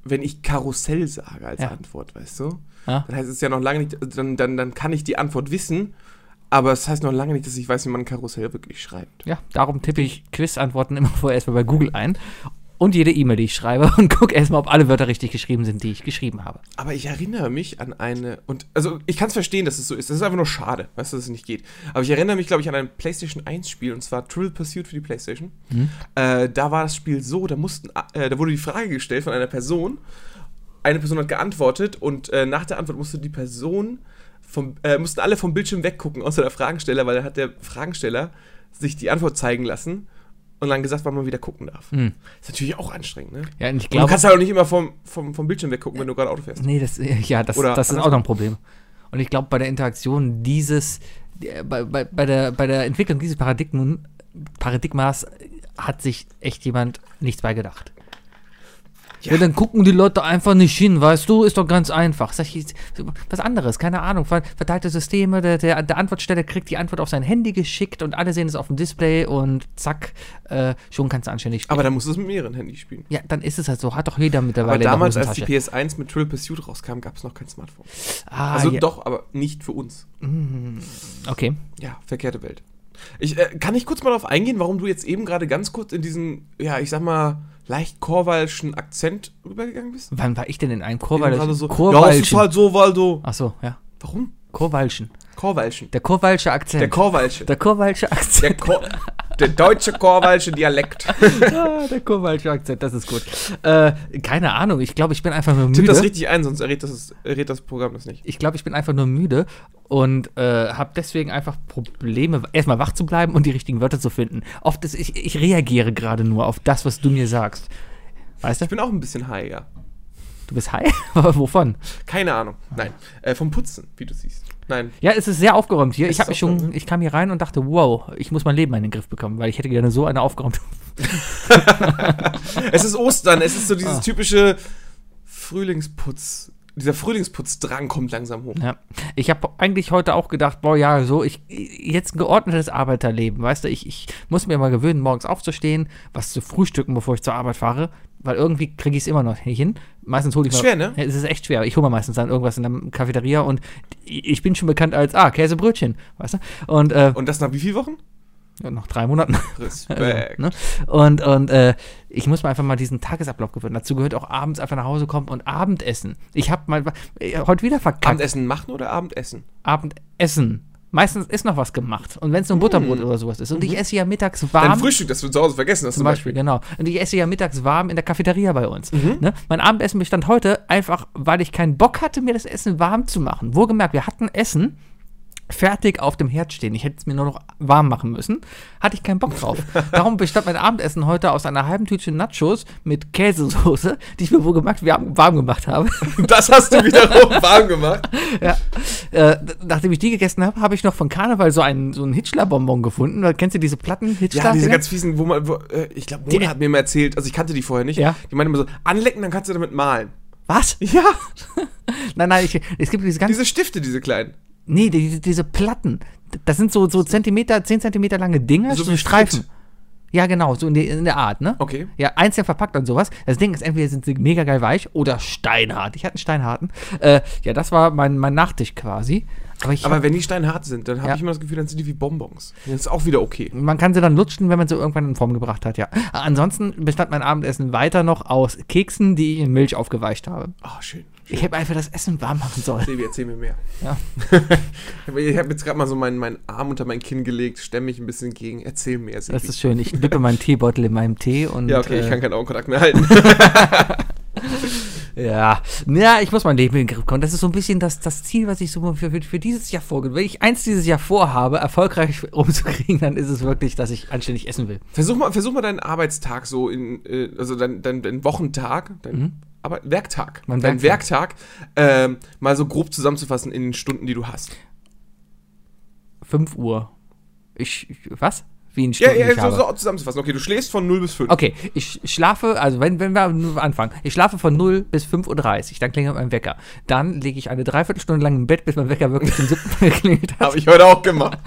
Speaker 2: wenn ich Karussell sage als
Speaker 3: Ja.
Speaker 2: Antwort, weißt du?
Speaker 3: Ja.
Speaker 2: Dann heißt es ja noch lange nicht, dann, dann, dann kann ich die Antwort wissen, aber es heißt noch lange nicht, dass ich weiß, wie man Karussell wirklich schreibt.
Speaker 3: Ja, darum tippe ich Quiz-Antworten immer vorher erstmal bei Google ein und jede E-Mail, die ich schreibe und gucke erstmal, ob alle Wörter richtig geschrieben sind, die ich geschrieben habe.
Speaker 2: Aber ich erinnere mich an eine, und also ich kann es verstehen, dass es so ist. Das ist einfach nur schade, weißt du, dass es nicht geht. Aber ich erinnere mich, glaube ich, an ein PlayStation 1-Spiel, und zwar Trivial Pursuit für die PlayStation.
Speaker 3: Mhm.
Speaker 2: Äh, da war das Spiel so, da mussten, äh, da wurde die Frage gestellt von einer Person. Eine Person hat geantwortet und äh, nach der Antwort musste die Person vom, äh, mussten alle vom Bildschirm weggucken, außer der Fragensteller, weil da hat der Fragensteller sich die Antwort zeigen lassen und dann gesagt, wann man wieder gucken darf. Ist natürlich auch anstrengend, ne?
Speaker 3: Mhm. Ja, und ich
Speaker 2: Und du
Speaker 3: glaube,
Speaker 2: kannst halt auch nicht immer vom, vom, vom Bildschirm weggucken, wenn du gerade Auto fährst.
Speaker 3: nee, das, ja, das,
Speaker 2: Oder
Speaker 3: das ist auch
Speaker 2: andersrum.
Speaker 3: noch ein Problem. Und ich glaube, bei der Interaktion dieses, äh, bei, bei, bei, der, bei der Entwicklung dieses Paradigmen, Paradigmas hat sich echt jemand nichts bei gedacht. Ja.
Speaker 2: Ja.
Speaker 3: dann gucken die Leute einfach nicht hin, weißt du, ist doch ganz einfach. Sag ich, jetzt, was anderes, keine Ahnung, ver- verteilte Systeme, der, der, der Antwortsteller kriegt die Antwort auf sein Handy geschickt und alle sehen es auf dem Display und zack, äh, schon kannst du anständig spielen.
Speaker 2: Aber dann musst du es mit mehreren Handys spielen.
Speaker 3: ja, dann ist es halt so, hat doch jeder mittlerweile
Speaker 2: Aber
Speaker 3: in der
Speaker 2: damals, als die
Speaker 3: Hosentasche.
Speaker 2: PS1 mit Triple Pursuit rauskam, gab es noch kein Smartphone.
Speaker 3: Ah,
Speaker 2: also
Speaker 3: ja.
Speaker 2: doch, aber nicht für uns.
Speaker 3: Okay.
Speaker 2: Ja, verkehrte Welt. Ich, äh, kann ich kurz mal darauf eingehen, warum du jetzt eben gerade ganz kurz in diesen, ja, ich sag mal, leicht korwalschen Akzent rübergegangen bist?
Speaker 3: Wann war ich denn in einem
Speaker 2: Eben
Speaker 3: Chorwalschen?
Speaker 2: gerade so, ja, es ist
Speaker 3: Chorwalschen.
Speaker 2: halt so, Waldo.
Speaker 3: Ach so, ja.
Speaker 2: Warum?
Speaker 3: Chorwalschen.
Speaker 2: Korwalschen.
Speaker 3: Der Chorwalsche Akzent.
Speaker 2: Der Korwalsche.
Speaker 3: Der Chorwalsche
Speaker 2: Der,
Speaker 3: Akzent.
Speaker 2: Kor der deutsche Korwalsche Dialekt.
Speaker 3: ah, der Chorwalsche Akzent, das ist gut. Äh, keine Ahnung, ich glaube, ich bin einfach nur
Speaker 2: Tipp das
Speaker 3: müde.
Speaker 2: richtig ein, sonst errät das, errät das Programm das nicht.
Speaker 3: Ich glaube, ich bin einfach nur müde und äh, habe deswegen einfach Probleme, erstmal wach zu bleiben und die richtigen Wörter zu finden. Oft ist, ich, ich reagiere gerade nur auf das, was du mir sagst. Weißt du,
Speaker 2: Ich bin auch ein bisschen high, ja.
Speaker 3: du bist high, aber wovon?
Speaker 2: Keine Ahnung. Nein. Äh, vom Putzen, wie du siehst. Nein.
Speaker 3: Ja, es ist sehr aufgeräumt hier. Ich, hab
Speaker 2: ist
Speaker 3: mich
Speaker 2: aufgeräumt, ne?
Speaker 3: schon, ich kam hier rein und dachte, wow, ich muss mein Leben in den Griff bekommen, weil ich hätte gerne so eine aufgeräumte Ah.
Speaker 2: Es ist Ostern, es ist so dieses typische Frühlingsputz. dieser Frühlingsputzdrang kommt langsam hoch.
Speaker 3: Ja. Ich habe eigentlich heute auch gedacht, boah, ja, so, ich, jetzt ein geordnetes Arbeiterleben, weißt du, ich, ich muss mir mal gewöhnen, morgens aufzustehen, was zu frühstücken, bevor ich zur Arbeit fahre, weil irgendwie kriege ich es immer noch nicht hin. Meistens hole ich
Speaker 2: Ist
Speaker 3: mir.
Speaker 2: schwer, ne?
Speaker 3: Ja, Es ist echt schwer. Ich hole mir meistens dann irgendwas in der Cafeteria und ich bin schon bekannt als, ah, Käsebrötchen, weißt du? Und, äh,
Speaker 2: Und das nach wie vielen Wochen?
Speaker 3: noch drei Monaten.
Speaker 2: Respekt.
Speaker 3: Ne? Und, und äh, ich muss mir einfach mal diesen Tagesablauf gewöhnen. Dazu gehört auch abends einfach nach Hause kommen und Abendessen. Ich habe mal äh, heute wieder verkackt.
Speaker 2: Abendessen machen oder Abendessen?
Speaker 3: Abendessen. Meistens ist noch was gemacht. Und wenn es nur ein Butterbrot oder sowas ist. Und ich esse ja mittags warm.
Speaker 2: Dein Frühstück, das du zu Hause vergessen hast.
Speaker 3: Mhm. Zum Beispiel, genau. Und ich esse ja mittags warm in der Cafeteria bei uns. Ne? Mein Abendessen bestand heute einfach, weil ich keinen Bock hatte, mir das Essen warm zu machen. Wohlgemerkt, wir hatten Essen fertig auf dem Herd stehen. Ich hätte es mir nur noch warm machen müssen. Hatte ich keinen Bock drauf. Darum bestand mein Abendessen heute aus einer halben Tüte Nachos mit Käsesoße, die ich mir wohlgemerkt warm- warm gemacht habe.
Speaker 2: Das hast du wiederum warm gemacht.
Speaker 3: Ja. Äh, d- nachdem ich die gegessen habe, habe ich noch von Karneval so einen, so einen Hitchler-Bonbon gefunden. Kennst du diese Platten? Hitchler?
Speaker 2: Ja, diese
Speaker 3: Dinger?
Speaker 2: ganz fiesen, wo man, wo, äh, ich glaube, Mona
Speaker 3: Die-
Speaker 2: hat mir mal erzählt, also ich kannte die vorher nicht.
Speaker 3: Ja.
Speaker 2: Die meinte immer so, anlecken, dann kannst du damit malen.
Speaker 3: Was?
Speaker 2: Ja,
Speaker 3: Nein, nein, ich, es gibt diese ganz
Speaker 2: diese Stifte, diese kleinen.
Speaker 3: Nee, die, die- diese Platten. Das sind so, so Zentimeter, 10 Zentimeter lange Dinger,
Speaker 2: So
Speaker 3: so,
Speaker 2: wie
Speaker 3: Streifen.
Speaker 2: Frit.
Speaker 3: Ja, genau, so in, die, in der Art, ne?
Speaker 2: Okay.
Speaker 3: Ja, einzeln verpackt und sowas. Das Ding ist, entweder sind sie mega geil weich oder steinhart. Ich hatte einen steinharten. Äh, ja, das war mein, mein Nachtisch quasi. Aber, ich
Speaker 2: Aber
Speaker 3: hab,
Speaker 2: wenn die steinhart sind, dann habe
Speaker 3: Ja.
Speaker 2: ich immer das Gefühl, dann sind die wie Bonbons. Das ist auch wieder okay.
Speaker 3: man kann sie dann lutschen, wenn man sie irgendwann in Form gebracht hat, ja. Ansonsten bestand mein Abendessen weiter noch aus Keksen, die ich in Milch aufgeweicht habe.
Speaker 2: Ah, schön.
Speaker 3: Ich hätte einfach das Essen warm machen sollen.
Speaker 2: Sebi, erzähl mir mehr.
Speaker 3: Ja.
Speaker 2: ich habe jetzt gerade mal so meinen, meinen Arm unter mein Kinn gelegt, stemme mich ein bisschen gegen. Erzähl mir, Sebi.
Speaker 3: Das ist schön. Ich dippe meinen Teebeutel in meinem Tee und.
Speaker 2: ja, okay,
Speaker 3: äh,
Speaker 2: ich kann keinen Augenkontakt mehr halten.
Speaker 3: Ja, ja, ich muss mein Leben in den Griff kommen. Das ist so ein bisschen das, das Ziel, was ich so für, für, für dieses Jahr vorgehe. Wenn ich eins dieses Jahr vorhabe, erfolgreich umzukriegen, dann ist es wirklich, dass ich anständig essen will.
Speaker 2: Versuch mal, versuch mal deinen Arbeitstag so in, äh, also deinen dein, dein Wochentag, dein Arbeit, Werktag,
Speaker 3: Mhm. Mein
Speaker 2: dein
Speaker 3: Werktag.
Speaker 2: Werktag, ähm, mal so grob zusammenzufassen in den Stunden, die du hast.
Speaker 3: 5 Uhr. Ich, ich was? Wie ein
Speaker 2: Ja,
Speaker 3: Stunden ich
Speaker 2: ja, so,
Speaker 3: habe.
Speaker 2: so zusammenzufassen. Okay, du schläfst von 0 bis 5.
Speaker 3: Okay, ich schlafe, also wenn, wenn wir nur anfangen, ich schlafe von 0 bis 5.30 Uhr, dann klingelt mein Wecker. Dann liege ich eine Dreiviertelstunde lang im Bett, bis mein Wecker wirklich zum siebten Mal geklingelt hat.
Speaker 2: Habe ich heute auch gemacht.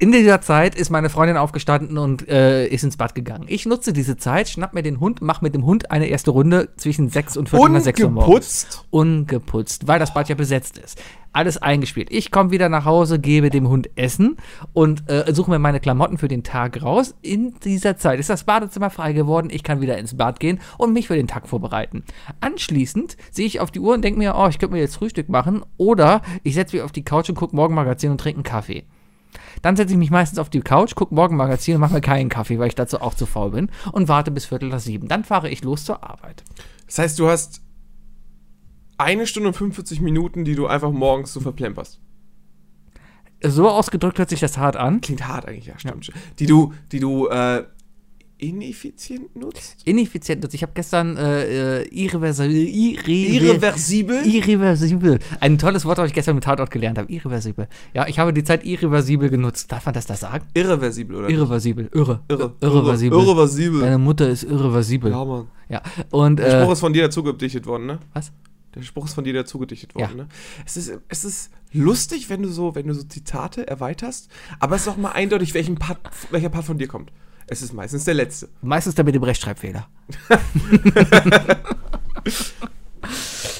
Speaker 3: In dieser Zeit ist meine Freundin aufgestanden und äh, ist ins Bad gegangen. Ich nutze diese Zeit, schnapp mir den Hund, mach mit dem Hund eine erste Runde zwischen 6 und 5 nach 6 Uhr morgens.
Speaker 2: Ungeputzt.
Speaker 3: Ungeputzt, weil das Bad ja besetzt ist. Alles eingespielt. Ich komme wieder nach Hause, gebe dem Hund Essen und äh, suche mir meine Klamotten für den Tag raus. In dieser Zeit ist das Badezimmer frei geworden. Ich kann wieder ins Bad gehen und mich für den Tag vorbereiten. Anschließend sehe ich auf die Uhr und denke mir, oh, ich könnte mir jetzt Frühstück machen oder ich setze mich auf die Couch und gucke Morgenmagazin und trinke einen Kaffee. Dann setze ich mich meistens auf die Couch, gucke Morgenmagazin und mache mir keinen Kaffee, weil ich dazu auch zu faul bin und warte bis Viertel nach sieben. Dann fahre ich los zur Arbeit.
Speaker 2: Das heißt, du hast eine Stunde und 45 Minuten, die du einfach morgens so verplemperst.
Speaker 3: So ausgedrückt hört sich das hart an.
Speaker 2: Klingt hart eigentlich, ja, stimmt. schon. Die du, die du äh, ineffizient nutzt?
Speaker 3: Ineffizient. nutze. Ich habe gestern äh, äh, irreversibel, irre,
Speaker 2: Irreversibel?
Speaker 3: irreversibel. Ein tolles Wort, was ich gestern mit Tatort gelernt habe. Irreversibel. Ja, ich habe die Zeit irreversibel genutzt. Darf man das da sagen?
Speaker 2: Irreversibel, oder?
Speaker 3: Irreversibel. Irre.
Speaker 2: Irre.
Speaker 3: Irreversibel.
Speaker 2: Irreversibel.
Speaker 3: Deine Mutter ist irreversibel.
Speaker 2: Ja, Mann.
Speaker 3: Ja. Und
Speaker 2: Der Spruch
Speaker 3: äh,
Speaker 2: ist von dir dazu gedichtet worden, ne?
Speaker 3: was?
Speaker 2: Der Spruch ist von dir dazu gedichtet worden,
Speaker 3: Ja.
Speaker 2: ne? Es ist, es ist lustig, wenn du so, wenn du so Zitate erweiterst, aber es ist auch mal eindeutig, welchen Part, welcher Part von dir kommt. Es ist meistens der letzte.
Speaker 3: Meistens dann mit dem Rechtschreibfehler.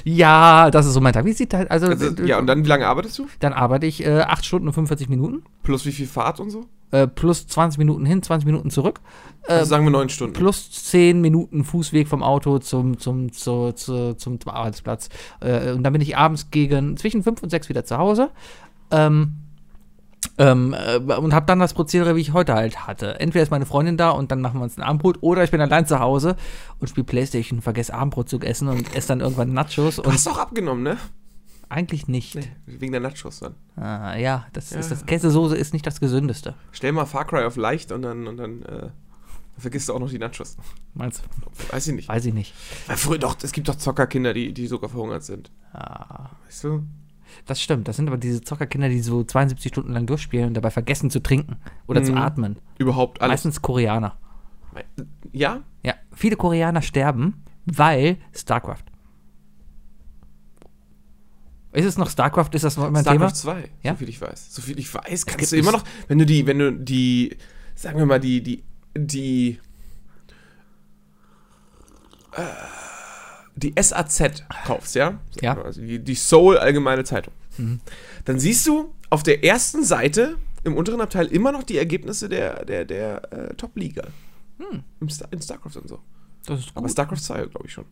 Speaker 3: ja, das ist so mein Tag. Wie sieht halt, also,
Speaker 2: Also,
Speaker 3: äh,
Speaker 2: ja, und dann, wie lange arbeitest du?
Speaker 3: dann arbeite ich äh, 8 Stunden und 45 Minuten,
Speaker 2: Plus wie viel Fahrt und so?
Speaker 3: äh, plus 20 Minuten hin, 20 Minuten zurück,
Speaker 2: Also sagen wir neun Stunden.
Speaker 3: Ähm, plus 10 Minuten Fußweg vom Auto zum, zum, zu, zu, zum, zum Arbeitsplatz. Äh, und dann bin ich abends gegen zwischen 5 und 6 wieder zu Hause. Ähm, ähm, äh, und habe dann das Prozedere, wie ich heute halt hatte. Entweder ist meine Freundin da und dann machen wir uns ein Abendbrot oder ich bin allein zu Hause und spiele Playstation, vergesse Abendbrot zu essen und esse dann irgendwann Nachos
Speaker 2: Du
Speaker 3: und
Speaker 2: hast auch abgenommen, ne?
Speaker 3: eigentlich nicht.
Speaker 2: Wegen der Nachos dann.
Speaker 3: Ah, ja, das ist
Speaker 2: Ja.
Speaker 3: das Käsesoße ist nicht das gesündeste.
Speaker 2: Stell mal Far Cry auf leicht und dann, und dann äh, vergisst du auch noch die Nachos.
Speaker 3: Meinst du?
Speaker 2: Weiß ich nicht.
Speaker 3: Weiß ich nicht.
Speaker 2: Ja, früher doch, es gibt doch Zockerkinder, die, die sogar verhungert sind.
Speaker 3: Ah,
Speaker 2: Weißt du?
Speaker 3: das stimmt. Das sind aber diese Zockerkinder, die so 72 Stunden lang durchspielen und dabei vergessen zu trinken oder zu
Speaker 2: Mhm.
Speaker 3: atmen.
Speaker 2: Überhaupt alles.
Speaker 3: Meistens Koreaner.
Speaker 2: Ja?
Speaker 3: Ja, viele Koreaner sterben, weil StarCraft. Ist es noch StarCraft? Ist das noch immer ein
Speaker 2: StarCraft
Speaker 3: Thema?
Speaker 2: 2,
Speaker 3: Ja?
Speaker 2: so viel ich weiß. So viel ich weiß,
Speaker 3: gibt
Speaker 2: kannst du immer
Speaker 3: es-
Speaker 2: noch, wenn du die, wenn du die, sagen wir mal, die, die, die, äh, die SAZ kaufst, ja? Sagen
Speaker 3: Ja. Mhm.
Speaker 2: wir mal, Also die, die Soul Allgemeine Zeitung. Dann siehst du auf der ersten Seite im unteren Abteil immer noch die Ergebnisse der, der, der äh, Top-Liga. Im Star in StarCraft und so.
Speaker 3: Das ist Hm. Oh, gut.
Speaker 2: Aber StarCraft 2, glaube ich schon.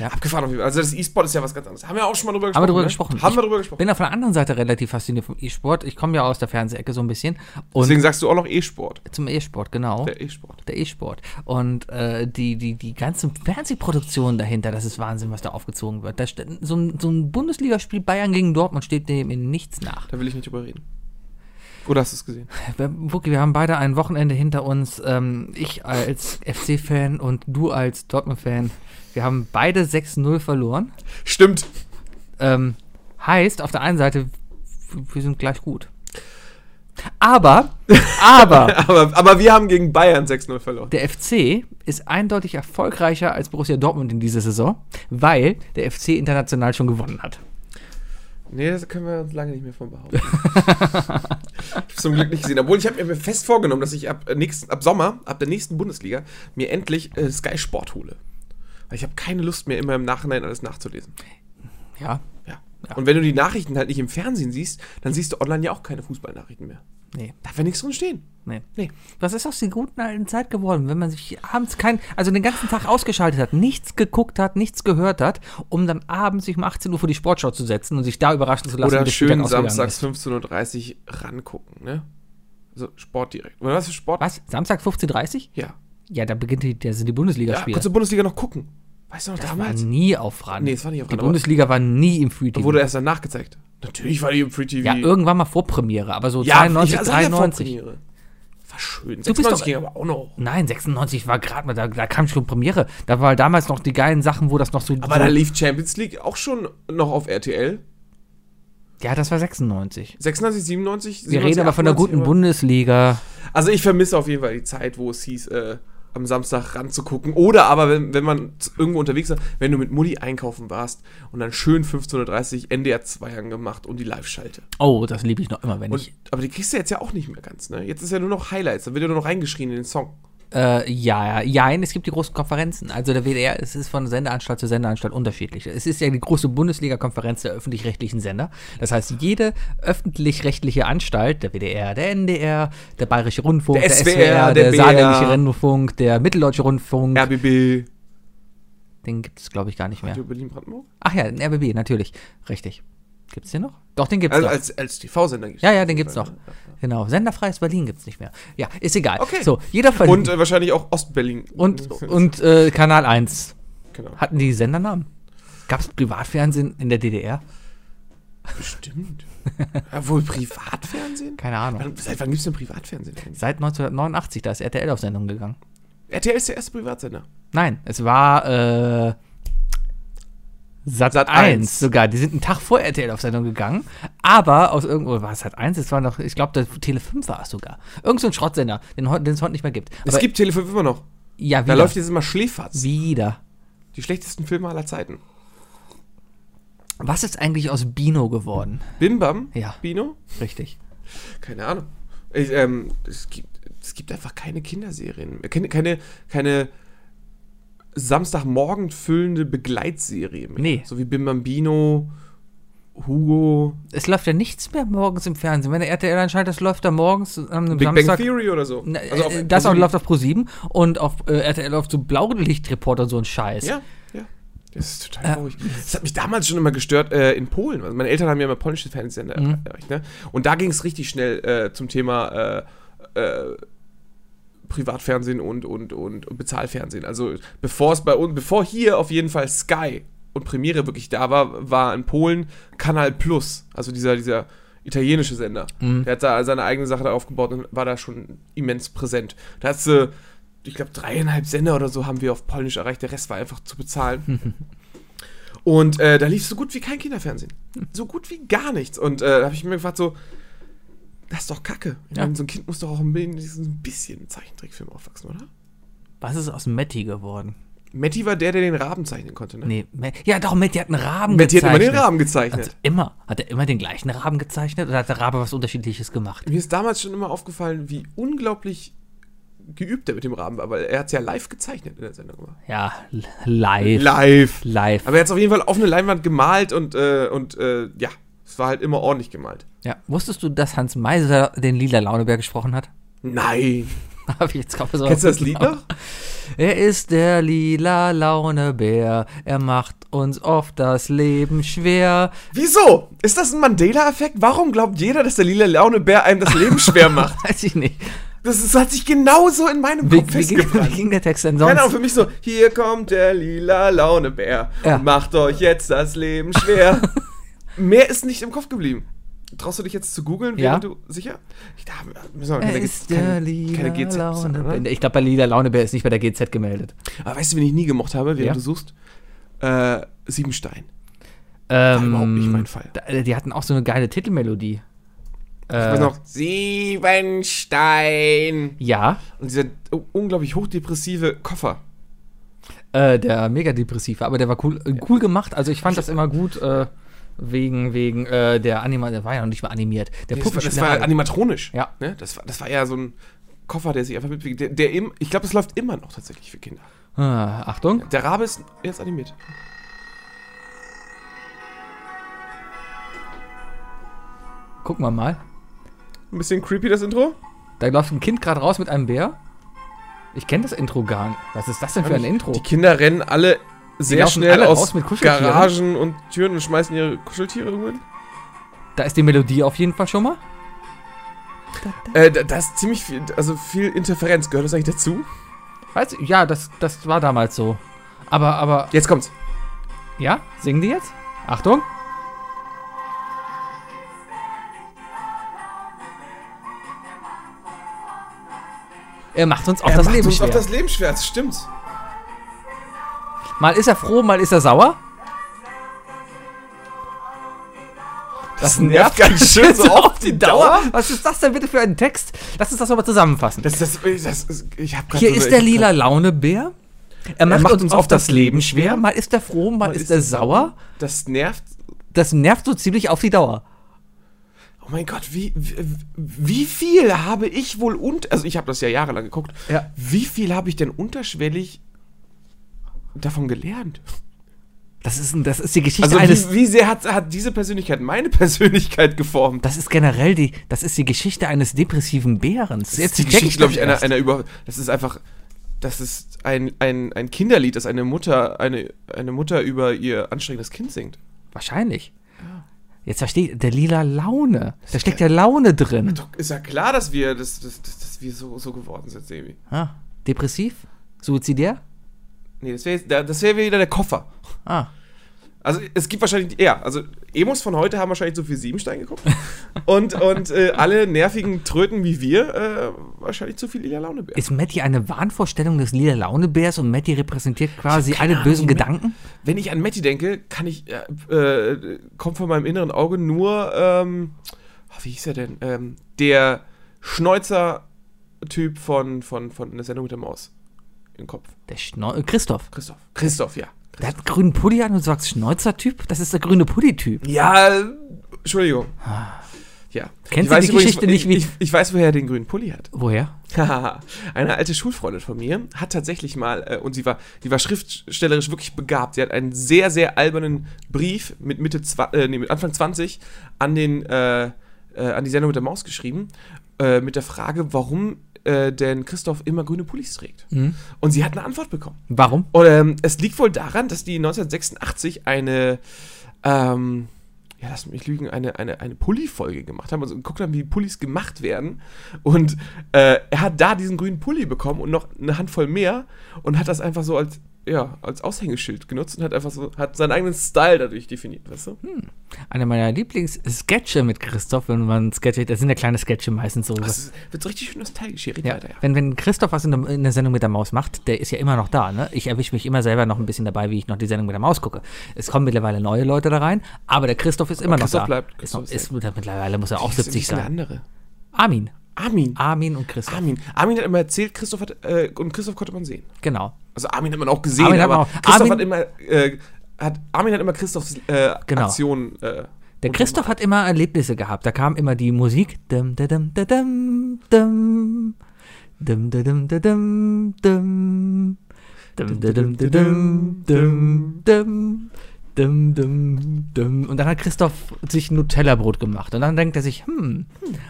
Speaker 3: Ja.
Speaker 2: Abgefahren auf jeden Fall. Also das E-Sport ist ja was ganz anderes. Haben wir auch schon mal drüber gesprochen.
Speaker 3: Haben wir drüber
Speaker 2: ne? Haben
Speaker 3: gesprochen.
Speaker 2: wir
Speaker 3: Ich
Speaker 2: drüber gesprochen.
Speaker 3: bin auf der anderen Seite relativ fasziniert vom E-Sport. Ich komme ja aus der Fernsehecke so ein bisschen. Und
Speaker 2: Deswegen sagst du auch noch E-Sport.
Speaker 3: zum E-Sport, genau.
Speaker 2: Der E-Sport.
Speaker 3: Der E-Sport. Und äh, die, die, die ganzen Fernsehproduktionen dahinter, das ist Wahnsinn, was da aufgezogen wird. Da steht, so, ein, so ein Bundesligaspiel Bayern gegen Dortmund steht dem in nichts nach.
Speaker 2: Da will ich nicht drüber reden. Oder hast du es gesehen?
Speaker 3: Wir- Wookie, wir haben beide ein Wochenende hinter uns. Ähm, ich als FC-Fan und du als Dortmund-Fan. Wir haben beide 6-0 verloren.
Speaker 2: Stimmt.
Speaker 3: Ähm, heißt, auf der einen Seite, w- wir sind gleich gut. Aber, aber,
Speaker 2: Aber, aber wir haben gegen Bayern 6-0 verloren.
Speaker 3: der FC ist eindeutig erfolgreicher als Borussia Dortmund in dieser Saison, weil der FC international schon gewonnen hat.
Speaker 2: Nee, das können wir uns lange nicht mehr von behaupten. ich hab's zum Glück nicht gesehen. Obwohl, ich habe mir fest vorgenommen, dass ich ab, nächsten, ab Sommer, ab der nächsten Bundesliga, mir endlich äh, Sky Sport hole. Weil ich habe keine Lust mehr, immer im Nachhinein alles nachzulesen.
Speaker 3: Ja,
Speaker 2: Ja.
Speaker 3: Ja.
Speaker 2: Und wenn du die Nachrichten halt nicht im Fernsehen siehst, dann siehst du online ja auch keine Fußballnachrichten mehr.
Speaker 3: nee,
Speaker 2: Darf ja nichts drin stehen.
Speaker 3: nee.
Speaker 2: Nee.
Speaker 3: Was ist aus der guten alten Zeit geworden, wenn man sich abends kein, also den ganzen Tag ausgeschaltet hat, nichts geguckt hat, nichts gehört hat, um dann abends sich um 18 Uhr vor die Sportschau zu setzen und sich da überraschen zu lassen,
Speaker 2: Oder
Speaker 3: wie der Spieltag
Speaker 2: schön
Speaker 3: ausgegangen
Speaker 2: samstags
Speaker 3: ist.
Speaker 2: 15.30 Uhr rangucken, ne? So, Sport direkt. Oder was für Sport?
Speaker 3: Was? Samstag 15.30 Uhr?
Speaker 2: Ja.
Speaker 3: Ja, da beginnt die, da sind die
Speaker 2: Ja,
Speaker 3: Bundesligaspiele.
Speaker 2: kurz zur Bundesliga noch gucken. Weißt du noch
Speaker 3: war
Speaker 2: damals?
Speaker 3: nie auf Ran.
Speaker 2: Nee, es war nicht auf
Speaker 3: Die
Speaker 2: Ran, aber-
Speaker 3: Bundesliga war nie im Free
Speaker 2: Da
Speaker 3: TV.
Speaker 2: wurde erst dann nachgezeigt. Natürlich war die im Free TV.
Speaker 3: ja, irgendwann mal Vorpremiere, aber so
Speaker 2: Ja,
Speaker 3: 92,
Speaker 2: ich- sag ja,
Speaker 3: 93.
Speaker 2: Vorpremiere. War schön.
Speaker 3: Du bist doch-
Speaker 2: 96 ging aber auch noch.
Speaker 3: Nein, 96 war gerade mal, da, da kam schon Premiere. Da war damals noch die geilen Sachen, wo das noch so.
Speaker 2: Aber
Speaker 3: so
Speaker 2: da lief Champions League auch schon noch auf RTL.
Speaker 3: ja, das war 96.
Speaker 2: 96, 97,
Speaker 3: Wir reden aber von der guten
Speaker 2: Bundesliga.
Speaker 3: Bundesliga.
Speaker 2: Also ich vermisse auf jeden Fall die Zeit, wo es hieß, äh, am Samstag ranzugucken. Oder aber, wenn, wenn man z- irgendwo unterwegs war, wenn du mit Mutti einkaufen warst und dann schön 15.30 Uhr NDR 2 angemacht und die Live-Schalte.
Speaker 3: Oh, das liebe ich noch immer, wenn
Speaker 2: Und,
Speaker 3: ich.
Speaker 2: aber die kriegst du jetzt ja auch nicht mehr ganz, ne? Jetzt ist ja nur noch Highlights, da wird ja nur noch reingeschrien in den Song.
Speaker 3: Äh, ja, ja, jein, es gibt die großen Konferenzen. Also der WDR, es ist von Sendeanstalt zu Sendeanstalt unterschiedlich. Es ist ja die große Bundesliga-Konferenz der öffentlich-rechtlichen Sender. Das heißt, jede öffentlich-rechtliche Anstalt, der WDR, der NDR, der Bayerische Rundfunk,
Speaker 2: Der
Speaker 3: der,
Speaker 2: SWR, der
Speaker 3: SWR, der,
Speaker 2: BR.
Speaker 3: Saarländische Rundfunk, der Mitteldeutsche Rundfunk,
Speaker 2: RBB.
Speaker 3: den gibt es, glaube ich, gar nicht mehr.
Speaker 2: Radio Berlin-Brandenburg?
Speaker 3: Ach ja, den RBB, natürlich. Richtig. Gibt's den noch? Doch, den gibt's
Speaker 2: Also
Speaker 3: noch.
Speaker 2: als, als TV-Sender gibt's
Speaker 3: Ja,
Speaker 2: das
Speaker 3: ja,
Speaker 2: auf jeden
Speaker 3: den gibt's
Speaker 2: Fall,
Speaker 3: noch.
Speaker 2: ne?
Speaker 3: Genau. Senderfreies Berlin gibt's nicht mehr. Ja, ist egal.
Speaker 2: Okay.
Speaker 3: So, jeder von
Speaker 2: Und äh, wahrscheinlich auch Ostberlin.
Speaker 3: und, und äh, Kanal 1.
Speaker 2: genau.
Speaker 3: Hatten die Sendernamen? Gab's Privatfernsehen in der DDR?
Speaker 2: Bestimmt. ja, wohl Privatfernsehen?
Speaker 3: Keine Ahnung.
Speaker 2: Wann- Seit wann gibt's denn Privatfernsehen? eigentlich?
Speaker 3: Seit 1989, da ist RTL auf Sendung gegangen.
Speaker 2: RTL ist der erste Privatsender.
Speaker 3: Nein, es war äh, Sat,
Speaker 2: Sat
Speaker 3: 1
Speaker 2: eins.
Speaker 3: sogar. Die sind einen Tag vor RTL auf Sendung gegangen, aber aus irgendwo war es Sat 1, es war noch, ich glaube, der Tele 5 war es sogar. Irgend so ein Schrottsender, den heu- den es heute nicht mehr gibt.
Speaker 2: Es
Speaker 3: Aber-
Speaker 2: gibt Tele 5 immer noch.
Speaker 3: ja,
Speaker 2: Da
Speaker 3: wieder,
Speaker 2: läuft jetzt immer Schläferz.
Speaker 3: wieder.
Speaker 2: Die schlechtesten Filme aller Zeiten.
Speaker 3: Was ist eigentlich aus Bino geworden?
Speaker 2: Bim Bam?
Speaker 3: Ja.
Speaker 2: Bino?
Speaker 3: Richtig.
Speaker 2: Keine Ahnung. Ich, ähm, es, gibt, es gibt einfach keine Kinderserien. mehr. Keine, keine, keine Samstagmorgen füllende Begleitserie mehr.
Speaker 3: Nee.
Speaker 2: So wie Bim Bambino, Hugo,
Speaker 3: Es läuft ja nichts mehr morgens im Fernsehen. Wenn der RTL anschaltet, das läuft da morgens
Speaker 2: Big
Speaker 3: am
Speaker 2: Bang
Speaker 3: Samstag.
Speaker 2: Theory oder so.
Speaker 3: Na,
Speaker 2: Also auf-
Speaker 3: äh, das auch
Speaker 2: auf-
Speaker 3: läuft auf Pro7 und auf äh, RTL läuft so Blaulichtreport und so ein Scheiß.
Speaker 2: Ja, ja. Das ist
Speaker 3: Äh,
Speaker 2: total traurig. Das hat mich damals schon immer gestört äh, in Polen. Also meine Eltern haben ja immer polnische Fernsehsender
Speaker 3: Mhm.
Speaker 2: erreicht. Ne? Und da ging es richtig schnell äh, zum Thema äh, äh, Privatfernsehen und, und, und, und Bezahlfernsehen. Also bevor es bei uns, bevor hier auf jeden Fall Sky und Premiere wirklich da war, war in Polen Kanal Plus, also dieser, dieser italienische Sender. Der hat da seine eigene Sache da aufgebaut und war da schon immens präsent. Da hast du, ich glaube, dreieinhalb Sender oder so haben wir auf Polnisch erreicht, der Rest war einfach zu bezahlen. und äh, da lief so gut wie kein Kinderfernsehen. So gut wie gar nichts. Und äh, da habe ich mir gefragt, so, das ist doch Kacke. Ich
Speaker 3: Ja.
Speaker 2: meine, so ein Kind muss doch auch ein bisschen, ein bisschen Zeichentrickfilm aufwachsen, oder?
Speaker 3: Was ist aus Matti geworden?
Speaker 2: Matti war der, der den Raben zeichnen konnte, ne?
Speaker 3: Nee, Me- ja doch, Matti hat einen Raben
Speaker 2: Matti hat immer den Raben
Speaker 3: Also
Speaker 2: gezeichnet.
Speaker 3: immer. Hat er immer den gleichen Raben gezeichnet oder hat der Rabe was Unterschiedliches gemacht?
Speaker 2: Mir ist damals schon immer aufgefallen, wie unglaublich geübt er mit dem Raben war, weil er hat es ja live gezeichnet in der Sendung. immer.
Speaker 3: Ja, l- live.
Speaker 2: Live.
Speaker 3: live.
Speaker 2: Aber er hat es auf jeden Fall auf eine Leinwand gemalt und, äh, und äh, ja, es war halt immer ordentlich gemalt.
Speaker 3: Ja. Wusstest du, dass Hans Meiser den Lila Launeberg gesprochen hat?
Speaker 2: Nein.
Speaker 3: Habe ich jetzt kaum besorgt.
Speaker 2: Kennst du das Lied noch?
Speaker 3: Er ist der lila Launebär. Er macht uns oft das Leben schwer.
Speaker 2: Wieso? Ist das ein Mandela-Effekt? Warum glaubt jeder, dass der lila Launebär einem das Leben schwer macht?
Speaker 3: Weiß ich nicht.
Speaker 2: Das ist, hat sich genauso in meinem
Speaker 3: Wie,
Speaker 2: Kopf
Speaker 3: wie, ging, wie
Speaker 2: festgebrannt.
Speaker 3: ging der Text denn
Speaker 2: Keine Ahnung,
Speaker 3: sonst?
Speaker 2: für mich so, hier kommt der lila Launebär
Speaker 3: Ja.
Speaker 2: und macht euch jetzt das Leben schwer. Mehr ist nicht im Kopf geblieben. Traust du dich jetzt zu googeln,
Speaker 3: Ja.
Speaker 2: während du sicher? Ich, da müssen wir
Speaker 3: Er
Speaker 2: keine,
Speaker 3: ist
Speaker 2: keine-
Speaker 3: der lila
Speaker 2: keine GZ sein, oder?
Speaker 3: Launebär. Ich glaube, bei lila Launebär ist nicht bei der GZ gemeldet.
Speaker 2: Aber weißt du, wen ich nie gemocht habe, während
Speaker 3: Ja.
Speaker 2: du suchst? Äh, Siebenstein.
Speaker 3: Ähm,
Speaker 2: überhaupt nicht mein Fall.
Speaker 3: da- äh, Die hatten auch so eine geile Titelmelodie.
Speaker 2: Ich
Speaker 3: Äh,
Speaker 2: weiß noch, Siebenstein.
Speaker 3: Ja,
Speaker 2: Und dieser u- unglaublich hochdepressive Koffer.
Speaker 3: äh, der mega depressive, aber der war cool, äh, cool gemacht. Also ich fand das immer gut äh, wegen wegen äh, der Anima, der war ja noch nicht mal animiert. Der
Speaker 2: Das war,
Speaker 3: Puppe
Speaker 2: das war animatronisch.
Speaker 3: Ja.
Speaker 2: Ne? Das, war, das war ja so ein Koffer, der sich einfach mitbewegt. Der, der im, ich glaube, das läuft immer noch tatsächlich für Kinder.
Speaker 3: Ah, Achtung.
Speaker 2: Der Rabe ist jetzt animiert.
Speaker 3: Gucken wir mal.
Speaker 2: Ein bisschen creepy das Intro.
Speaker 3: Da läuft ein Kind gerade raus mit einem Bär. Ich kenne das Intro gar nicht. Was ist das denn für ein Intro?
Speaker 2: Die Kinder rennen alle sehr
Speaker 3: laufen
Speaker 2: schnell
Speaker 3: alle
Speaker 2: aus
Speaker 3: raus mit Kuscheltieren.
Speaker 2: Garagen und Türen und schmeißen ihre Kuscheltiere irgendwo hin.
Speaker 3: Da ist die Melodie auf jeden Fall schon mal.
Speaker 2: Äh, da, da ist ziemlich viel, also viel Interferenz. Gehört das eigentlich dazu?
Speaker 3: Weißt du, ja, das, das war damals so. Aber, aber,
Speaker 2: Jetzt kommt's.
Speaker 3: ja, singen die jetzt? Achtung. Er macht uns auch
Speaker 2: Er
Speaker 3: das
Speaker 2: macht
Speaker 3: Leben
Speaker 2: uns
Speaker 3: schwer.
Speaker 2: auf das Leben schwer, das stimmt.
Speaker 3: mal ist er froh, mal ist er sauer.
Speaker 2: Das nervt ganz schön so auf die Dauer.
Speaker 3: Was ist das denn bitte für ein Text? Lass uns das nochmal zusammenfassen.
Speaker 2: Das, das, das ist, ich hab grad
Speaker 3: Hier
Speaker 2: so
Speaker 3: ist
Speaker 2: eine-
Speaker 3: der lila Launebär. Er macht,
Speaker 2: macht
Speaker 3: uns,
Speaker 2: uns
Speaker 3: auf
Speaker 2: oft das
Speaker 3: das Leben
Speaker 2: Leben
Speaker 3: schwer.
Speaker 2: schwer.
Speaker 3: Mal ist er froh, mal,
Speaker 2: Mal
Speaker 3: ist er sauer.
Speaker 2: Das nervt.
Speaker 3: Das nervt so ziemlich auf die Dauer.
Speaker 2: Oh mein Gott, wie, wie, wie viel habe ich wohl und. Also, ich habe das ja jahrelang geguckt.
Speaker 3: Ja.
Speaker 2: Wie viel habe ich denn unterschwellig davon gelernt?
Speaker 3: Das ist, ein- das ist die Geschichte
Speaker 2: Also,
Speaker 3: eines.
Speaker 2: wie, wie sehr hat, hat diese Persönlichkeit meine Persönlichkeit geformt?
Speaker 3: Das ist generell die. Das ist die Geschichte eines depressiven Bärens.
Speaker 2: Das ist die
Speaker 3: check
Speaker 2: Geschichte, glaube ich,
Speaker 3: das
Speaker 2: einer,
Speaker 3: erst.
Speaker 2: einer über. Das ist einfach. Das ist ein, ein, ein Kinderlied, das eine Mutter, eine, eine Mutter über ihr anstrengendes Kind singt.
Speaker 3: Wahrscheinlich. Jetzt verstehe ich, der lila Laune. Da steckt ja Laune drin.
Speaker 2: Doch, ist ja klar, dass wir, dass, dass, dass, dass wir so, so geworden sind, Sebi.
Speaker 3: Ah, depressiv? Suizidär?
Speaker 2: Nee, das wäre das wär wieder der Koffer.
Speaker 3: Ah.
Speaker 2: Also es gibt wahrscheinlich, ja, also Emos von heute haben wahrscheinlich so viel Siebenstein geguckt und, und äh, alle nervigen Tröten wie wir äh, wahrscheinlich zu viel lila Launebär.
Speaker 3: Ist Matti eine Wahnvorstellung des lila Launebärs und Matti repräsentiert quasi alle bösen Gedanken?
Speaker 2: Wenn ich an Matti denke, kann ich, äh, äh, kommt von meinem inneren Auge nur, ähm, ah, wie hieß er denn, ähm, der Schneuzer-Typ von, von, von der Sendung mit der Maus im Kopf.
Speaker 3: Der Schnau Christoph.
Speaker 2: Christoph. Christoph, ja.
Speaker 3: Der hat einen grünen Pulli an und du sagst Schnäuzer-Typ? Das ist der grüne Pulli-Typ.
Speaker 2: Ja, äh, Entschuldigung. Ja.
Speaker 3: Kennst
Speaker 2: Ich
Speaker 3: du
Speaker 2: weiß
Speaker 3: die
Speaker 2: übrigens-
Speaker 3: Geschichte nicht, wie-
Speaker 2: Ich, ich, ich weiß, woher er den grünen Pulli hat.
Speaker 3: Woher?
Speaker 2: Hahaha. Eine alte Schulfreundin von mir hat tatsächlich mal, äh, und sie war, die war schriftstellerisch wirklich begabt, sie hat einen sehr, sehr albernen Brief mit Mitte, zwa- äh, nee, mit Anfang 20 an den, äh, äh, an die Sendung mit der Maus geschrieben, äh, mit der Frage, warum äh, denn Christoph immer grüne Pullis trägt. Und sie hat eine Antwort bekommen.
Speaker 3: Warum?
Speaker 2: Und ähm, es liegt wohl daran, dass die 1986 eine, ähm, ja, lass mich lügen, eine, eine, eine Pulli-Folge gemacht haben. Also geguckt haben, wie Pullis gemacht werden. Und äh, er hat da diesen grünen Pulli bekommen und noch eine Handvoll mehr und hat das einfach so als, ja, als Aushängeschild genutzt und hat einfach so, hat seinen eigenen Style dadurch definiert, weißt du?
Speaker 3: Hm. Einer meiner Lieblingssketche mit Christoph, wenn man Sketche, das sind ja kleine Sketche meistens so.
Speaker 2: Das ist, wird so richtig schön nostalgisch. Hier, red
Speaker 3: ja.
Speaker 2: weiter, ja.
Speaker 3: Wenn, wenn Christoph was in der, in der Sendung mit der Maus macht, der ist ja immer noch da. Ne? Ich erwische mich immer selber noch ein bisschen dabei, wie ich noch die Sendung mit der Maus gucke. Es kommen mittlerweile neue Leute da rein, aber der Christoph ist immer noch
Speaker 2: Christoph
Speaker 3: da.
Speaker 2: bleibt.
Speaker 3: Ist noch,
Speaker 2: Christoph
Speaker 3: ist, mittlerweile muss er auch
Speaker 2: Das ist ein
Speaker 3: 70
Speaker 2: bisschen
Speaker 3: sein.
Speaker 2: eine andere.
Speaker 3: Armin.
Speaker 2: Armin.
Speaker 3: Armin und Christoph.
Speaker 2: Armin. Armin hat immer erzählt, Christoph hat, äh, und Christoph konnte man sehen.
Speaker 3: Genau.
Speaker 2: Also Armin hat man auch gesehen,
Speaker 3: Armin hat man
Speaker 2: aber
Speaker 3: auch-
Speaker 2: Christoph
Speaker 3: Armin-
Speaker 2: hat immer, äh, hat, Armin hat immer Christophs äh,
Speaker 3: Genau.
Speaker 2: Aktionen. Äh,
Speaker 3: Der
Speaker 2: und-
Speaker 3: Christoph hat immer Erlebnisse gehabt. Da kam immer die Musik. Dum, da, dum, da, dum, dum. Dum, da, dum, da, dum, dum. Dum, da, dum, da, dum, dum, dum. Dum, dum, dum. Und dann hat Christoph sich ein Nutella-Brot gemacht. Und dann denkt er sich, hm,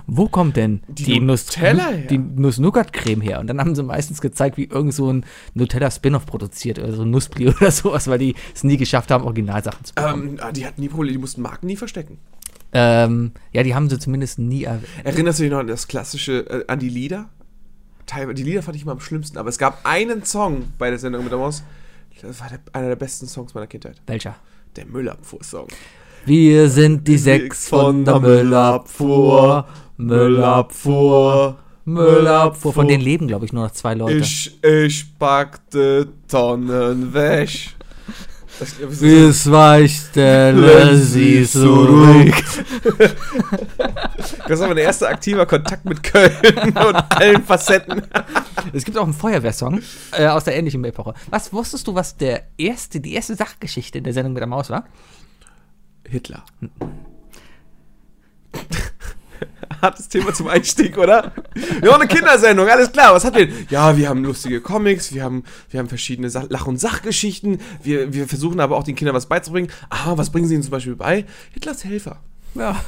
Speaker 3: wo kommt denn
Speaker 2: Die
Speaker 3: die, Nuss,
Speaker 2: Nutella her?
Speaker 3: die Nuss-Nougat-Creme her? Und dann haben sie meistens gezeigt, wie irgend so ein Nutella-Spin-Off produziert oder so ein Nuspli oder sowas, weil die es nie geschafft haben, Originalsachen zu bekommen.
Speaker 2: Ähm, ah, die hatten nie Probleme, die mussten Marken nie verstecken.
Speaker 3: Ähm, ja, die haben sie zumindest nie erwähnt.
Speaker 2: Erinnerst du dich noch an das klassische, äh, an die Lieder? Teilweise, die Lieder fand ich immer am schlimmsten, aber es gab einen Song bei der Sendung mit der Maus. Das war der, einer der besten Songs meiner Kindheit.
Speaker 3: Welcher?
Speaker 2: Der Müllabfuhr-Song.
Speaker 3: Wir sind die sechs von der Müllabfuhr. Müllabfuhr. Müllabfuhr. Von denen leben, glaube ich, nur noch zwei Leute.
Speaker 2: Ich, ich packte Tonnen weg. Das, das,
Speaker 3: Wir zwei Stelle, sie zurück.
Speaker 2: das war mein erster aktiver Kontakt mit Köln und allen Facetten.
Speaker 3: Es gibt auch einen Feuerwehrsong äh, aus der ähnlichen Epoche. Was wusstest du, was der erste, die erste Sachgeschichte in der Sendung mit der Maus war?
Speaker 2: Hitler. Hartes Thema zum Einstieg, oder? Wir haben eine Kindersendung, alles klar. Was hat denn? Ja, wir haben lustige Comics, wir haben, wir haben verschiedene Sa Lach- und Sachgeschichten. Wir, wir versuchen aber auch den Kindern was beizubringen. Ah, was bringen sie ihnen zum Beispiel bei? Hitlers Helfer.
Speaker 3: Ja.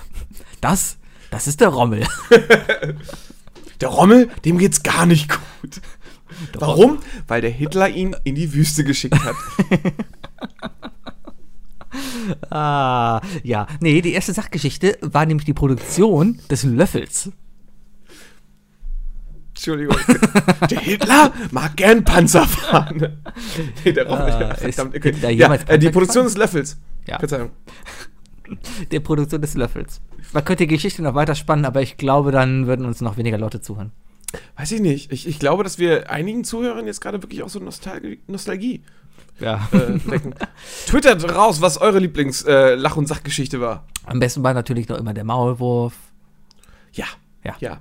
Speaker 3: Das, das ist der Rommel.
Speaker 2: Der Rommel, dem geht's gar nicht gut. Warum? Weil der Hitler ihn in die Wüste geschickt hat.
Speaker 3: Ah, ja. Nee, die erste Sachgeschichte war nämlich die Produktion des Löffels.
Speaker 2: Entschuldigung. Der Hitler mag gern Panzer fahren. Nee, der Rommel.
Speaker 3: Ah,
Speaker 2: ja,
Speaker 3: ist
Speaker 2: verdammt, okay.
Speaker 3: Hitler
Speaker 2: ja,
Speaker 3: jemals
Speaker 2: äh, die
Speaker 3: Panzer
Speaker 2: Produktion
Speaker 3: gefahren?
Speaker 2: des Löffels.
Speaker 3: Ja.
Speaker 2: Verzeihung.
Speaker 3: der Produktion des Löffels. Man könnte die Geschichte noch weiter spannen, aber ich glaube, dann würden uns noch weniger Leute zuhören.
Speaker 2: Weiß ich nicht. Ich, ich glaube, dass wir einigen Zuhörern jetzt gerade wirklich auch so Nostalgie, Nostalgie
Speaker 3: Ja.
Speaker 2: äh, wecken. Twittert raus, was eure Lieblings-Lach- und Sachgeschichte war.
Speaker 3: Am besten war natürlich noch immer der Maulwurf.
Speaker 2: Ja.
Speaker 3: Ja.
Speaker 2: Ja.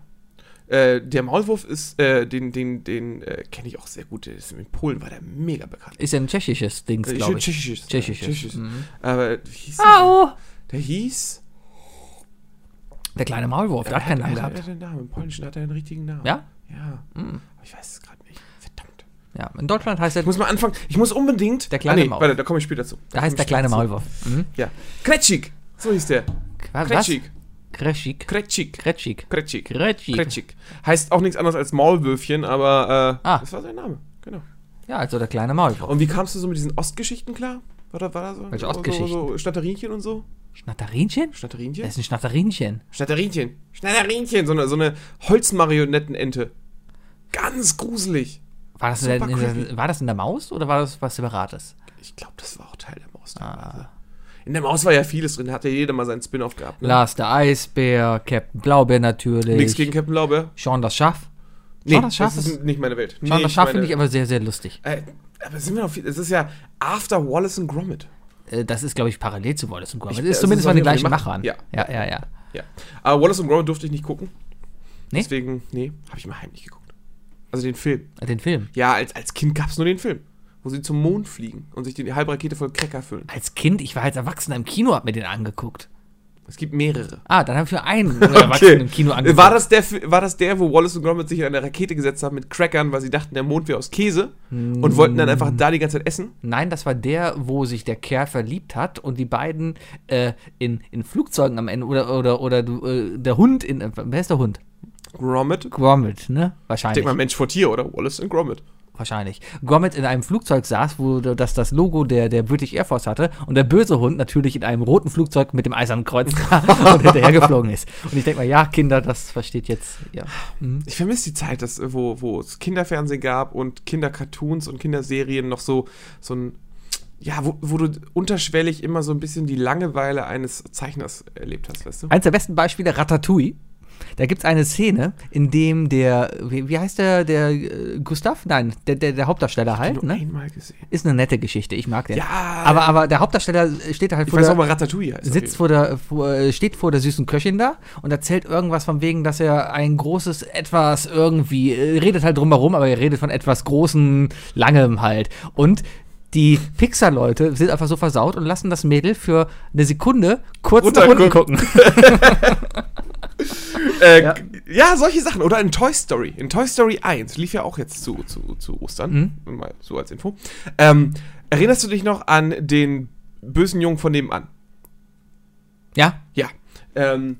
Speaker 2: Äh, der Maulwurf ist, äh, den, den, den äh, kenne ich auch sehr gut. Der ist in Polen war der mega bekannt.
Speaker 3: Ist ja ein tschechisches Ding,
Speaker 2: Äh,
Speaker 3: glaube ich.
Speaker 2: Tschechisches.
Speaker 3: Tschechisches.
Speaker 2: Tschechisches.
Speaker 3: Mhm.
Speaker 2: Aber wie hieß der?
Speaker 3: Au!
Speaker 2: Der hieß.
Speaker 3: Der kleine Maulwurf, der hat keinen Namen
Speaker 2: Er hat
Speaker 3: gehabt.
Speaker 2: einen Namen. Im Polnischen hat er einen richtigen Namen.
Speaker 3: Ja?
Speaker 2: Ja.
Speaker 3: Mhm.
Speaker 2: Aber ich weiß es gerade nicht. Verdammt.
Speaker 3: Ja, in Deutschland heißt er,
Speaker 2: Ich muss mal anfangen. Ich muss unbedingt. Ah,
Speaker 3: Der kleine Maulwurf.
Speaker 2: Warte, da komme ich später zu.
Speaker 3: da heißt der kleine Ah, Maulwurf. Mhm.
Speaker 2: Ja. Kretschig. So hieß der. Kretschig.
Speaker 3: Kretschig.
Speaker 2: Kretschig.
Speaker 3: Kretschig.
Speaker 2: Kretschig.
Speaker 3: Kretschig.
Speaker 2: Kretschig. Heißt auch nichts anderes als Maulwürfchen, aber äh,
Speaker 3: Ah.
Speaker 2: das war sein Name. Genau.
Speaker 3: Ja, also der kleine Maulwurf.
Speaker 2: Und wie kamst du so mit diesen Ostgeschichten klar? War da, war da so?
Speaker 3: Welche
Speaker 2: so-
Speaker 3: Ostgeschichten?
Speaker 2: So, so Schnatterinchen und so?
Speaker 3: Schnatterinchen?
Speaker 2: Schnatterinchen?
Speaker 3: Das ist ein Schnatterinchen.
Speaker 2: Schnatterinchen. Schnatterinchen. So eine, so eine Holzmarionettenente. Ganz gruselig.
Speaker 3: War das,
Speaker 2: Super
Speaker 3: in der, in
Speaker 2: creepy.
Speaker 3: der, war das in der Maus oder war das was Separates?
Speaker 2: Ich glaube, das war auch Teil der Maus.
Speaker 3: Ah.
Speaker 2: In der Maus war ja vieles drin. Hat ja jeder mal seinen Spin-off gehabt. Ne?
Speaker 3: Lars der Eisbär, Captain Blaubeer natürlich.
Speaker 2: Nichts gegen Captain Laube.
Speaker 3: Sean das Schaf.
Speaker 2: Nee,
Speaker 3: Sean
Speaker 2: das,
Speaker 3: das Schaf ist.
Speaker 2: ist nicht meine Welt.
Speaker 3: Sean
Speaker 2: Nee,
Speaker 3: das Schaf
Speaker 2: meine-
Speaker 3: finde ich aber sehr, sehr lustig.
Speaker 2: Äh, aber sind wir noch viel. Es ist ja After Wallace und Gromit.
Speaker 3: Äh, Das ist, glaube ich, parallel zu Wallace und Gromit.
Speaker 2: Ich-
Speaker 3: Das
Speaker 2: das
Speaker 3: ist zumindest
Speaker 2: ist auf
Speaker 3: von den
Speaker 2: jeden
Speaker 3: gleichen
Speaker 2: Fall
Speaker 3: Machern.
Speaker 2: gemacht.
Speaker 3: ja, ja, ja.
Speaker 2: Ja. Aber Wallace und Gromit durfte ich nicht gucken.
Speaker 3: Nee?
Speaker 2: Deswegen, nee, habe ich mal heimlich geguckt. Also den Film.
Speaker 3: Den Film.
Speaker 2: Ja, als, als Kind gab es nur den Film, wo sie zum Mond fliegen und sich die halbe Rakete voll Cracker füllen.
Speaker 3: Als Kind, ich war als Erwachsener im Kino, hab mir den angeguckt.
Speaker 2: Es gibt mehrere.
Speaker 3: Ah, dann habe ich nur einen Erwachsenen im Kino angeguckt.
Speaker 2: War das, der, Fi- war das der, wo Wallace und Gromit sich in eine Rakete gesetzt haben mit Crackern, weil sie dachten, der Mond wäre aus Käse und wollten dann einfach da die ganze Zeit essen?
Speaker 3: Nein, das war der, wo sich der Kerl verliebt hat und die beiden äh, in, in Flugzeugen am Ende oder oder oder du, äh, der Hund in wer ist der Hund?
Speaker 2: Gromit? Ich
Speaker 3: Gromit, ne? Wahrscheinlich.
Speaker 2: denke mal, Mensch vor Tier, oder? Wallace und Gromit.
Speaker 3: wahrscheinlich, Gromit in einem Flugzeug saß, wo das das Logo der, der British Air Force hatte und der böse Hund natürlich in einem roten Flugzeug mit dem eisernen Kreuz und hinterhergeflogen ist. Und ich denke mal, ja, Kinder, das versteht jetzt, ja. Hm?
Speaker 2: Ich vermisse die Zeit, dass, äh, wo, wo es Kinderfernsehen gab und Kindercartoons und Kinderserien noch so, so ein. Ja, wo, wo du unterschwellig immer so ein bisschen die Langeweile eines Zeichners erlebt hast, weißt du?
Speaker 3: Eins der besten Beispiele, Ratatouille. Da gibt es eine Szene, in dem der, wie, wie heißt der, der äh, Gustav? Nein, der, der, der Hauptdarsteller halt,
Speaker 2: Nur
Speaker 3: ne?
Speaker 2: einmal gesehen.
Speaker 3: Ist eine nette Geschichte, ich mag den.
Speaker 2: Ja.
Speaker 3: Aber, aber der Hauptdarsteller steht da halt
Speaker 2: Ich
Speaker 3: vor
Speaker 2: weiß
Speaker 3: der,
Speaker 2: auch mal Ratatouille heißt. auf jeden
Speaker 3: sitzt vor der, vor, äh, steht vor der süßen Köchin da und erzählt irgendwas von wegen, dass er ein großes Etwas irgendwie, äh, redet halt drumherum, aber er redet von etwas Großen, Langem halt. Und die Pixar-Leute sind einfach so versaut und lassen das Mädel für eine Sekunde kurz nach unten
Speaker 2: Runtergucken.
Speaker 3: gucken.
Speaker 2: Äh,
Speaker 3: Ja.
Speaker 2: ja. solche Sachen. Oder in Toy Story. In Toy Story 1 lief ja auch jetzt zu, zu, zu Ostern. Mal so als Info. Ähm, erinnerst du dich noch an den bösen Jungen von nebenan?
Speaker 3: Ja,
Speaker 2: Ja. Ähm,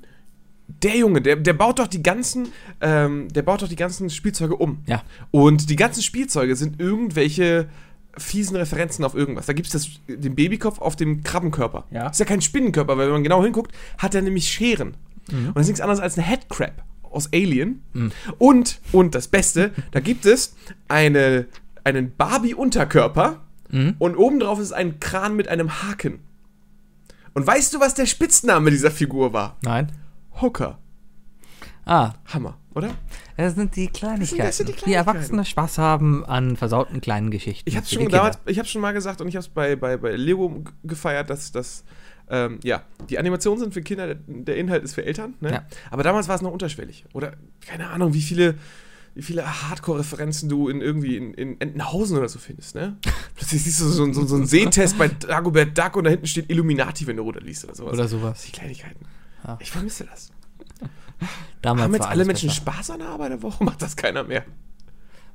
Speaker 2: der Junge, der, der baut doch die ganzen, ähm, der baut doch die ganzen Spielzeuge um.
Speaker 3: Ja.
Speaker 2: Und die ganzen Spielzeuge sind irgendwelche fiesen Referenzen auf irgendwas. Da gibt es den Babykopf auf dem Krabbenkörper.
Speaker 3: Ja.
Speaker 2: Ist ja kein Spinnenkörper, weil wenn man genau hinguckt, hat er nämlich Scheren. Und das ist nichts anderes als eine Headcrab aus Alien. Und, und das Beste, da gibt es eine, einen Barbie-Unterkörper und obendrauf ist ein Kran mit einem Haken. Und weißt du, was der Spitzname dieser Figur war?
Speaker 3: nein.
Speaker 2: Hooker.
Speaker 3: Ah,
Speaker 2: Hammer, oder?
Speaker 3: das sind die Kleinigkeiten.
Speaker 2: das sind die
Speaker 3: die,
Speaker 2: Kleinigkeiten.
Speaker 3: Erwachsene Spaß haben an versauten kleinen Geschichten.
Speaker 2: Ich hab's
Speaker 3: für
Speaker 2: schon
Speaker 3: die Kinder.
Speaker 2: damals, ich hab's schon mal gesagt und ich hab's bei, bei, bei Lego g- gefeiert, dass das, ähm, ja, die Animationen sind für Kinder, der, der Inhalt ist für Eltern, ne?
Speaker 3: Ja.
Speaker 2: Aber damals war es noch unterschwellig. Oder keine Ahnung, wie viele, wie viele Hardcore-Referenzen du in irgendwie in, in Entenhausen oder so findest, ne? Plötzlich siehst du so, so, so einen Sehtest bei Dagobert Duck und da hinten steht Illuminati, wenn du runter liest oder sowas.
Speaker 3: Oder
Speaker 2: Das
Speaker 3: sowas.
Speaker 2: sind die Kleinigkeiten.
Speaker 3: Ja.
Speaker 2: Ich vermisse das.
Speaker 3: Damals
Speaker 2: Haben jetzt
Speaker 3: war
Speaker 2: alle
Speaker 3: alles
Speaker 2: Menschen
Speaker 3: besser.
Speaker 2: Spaß an der Arbeit der Woche? Macht das keiner mehr?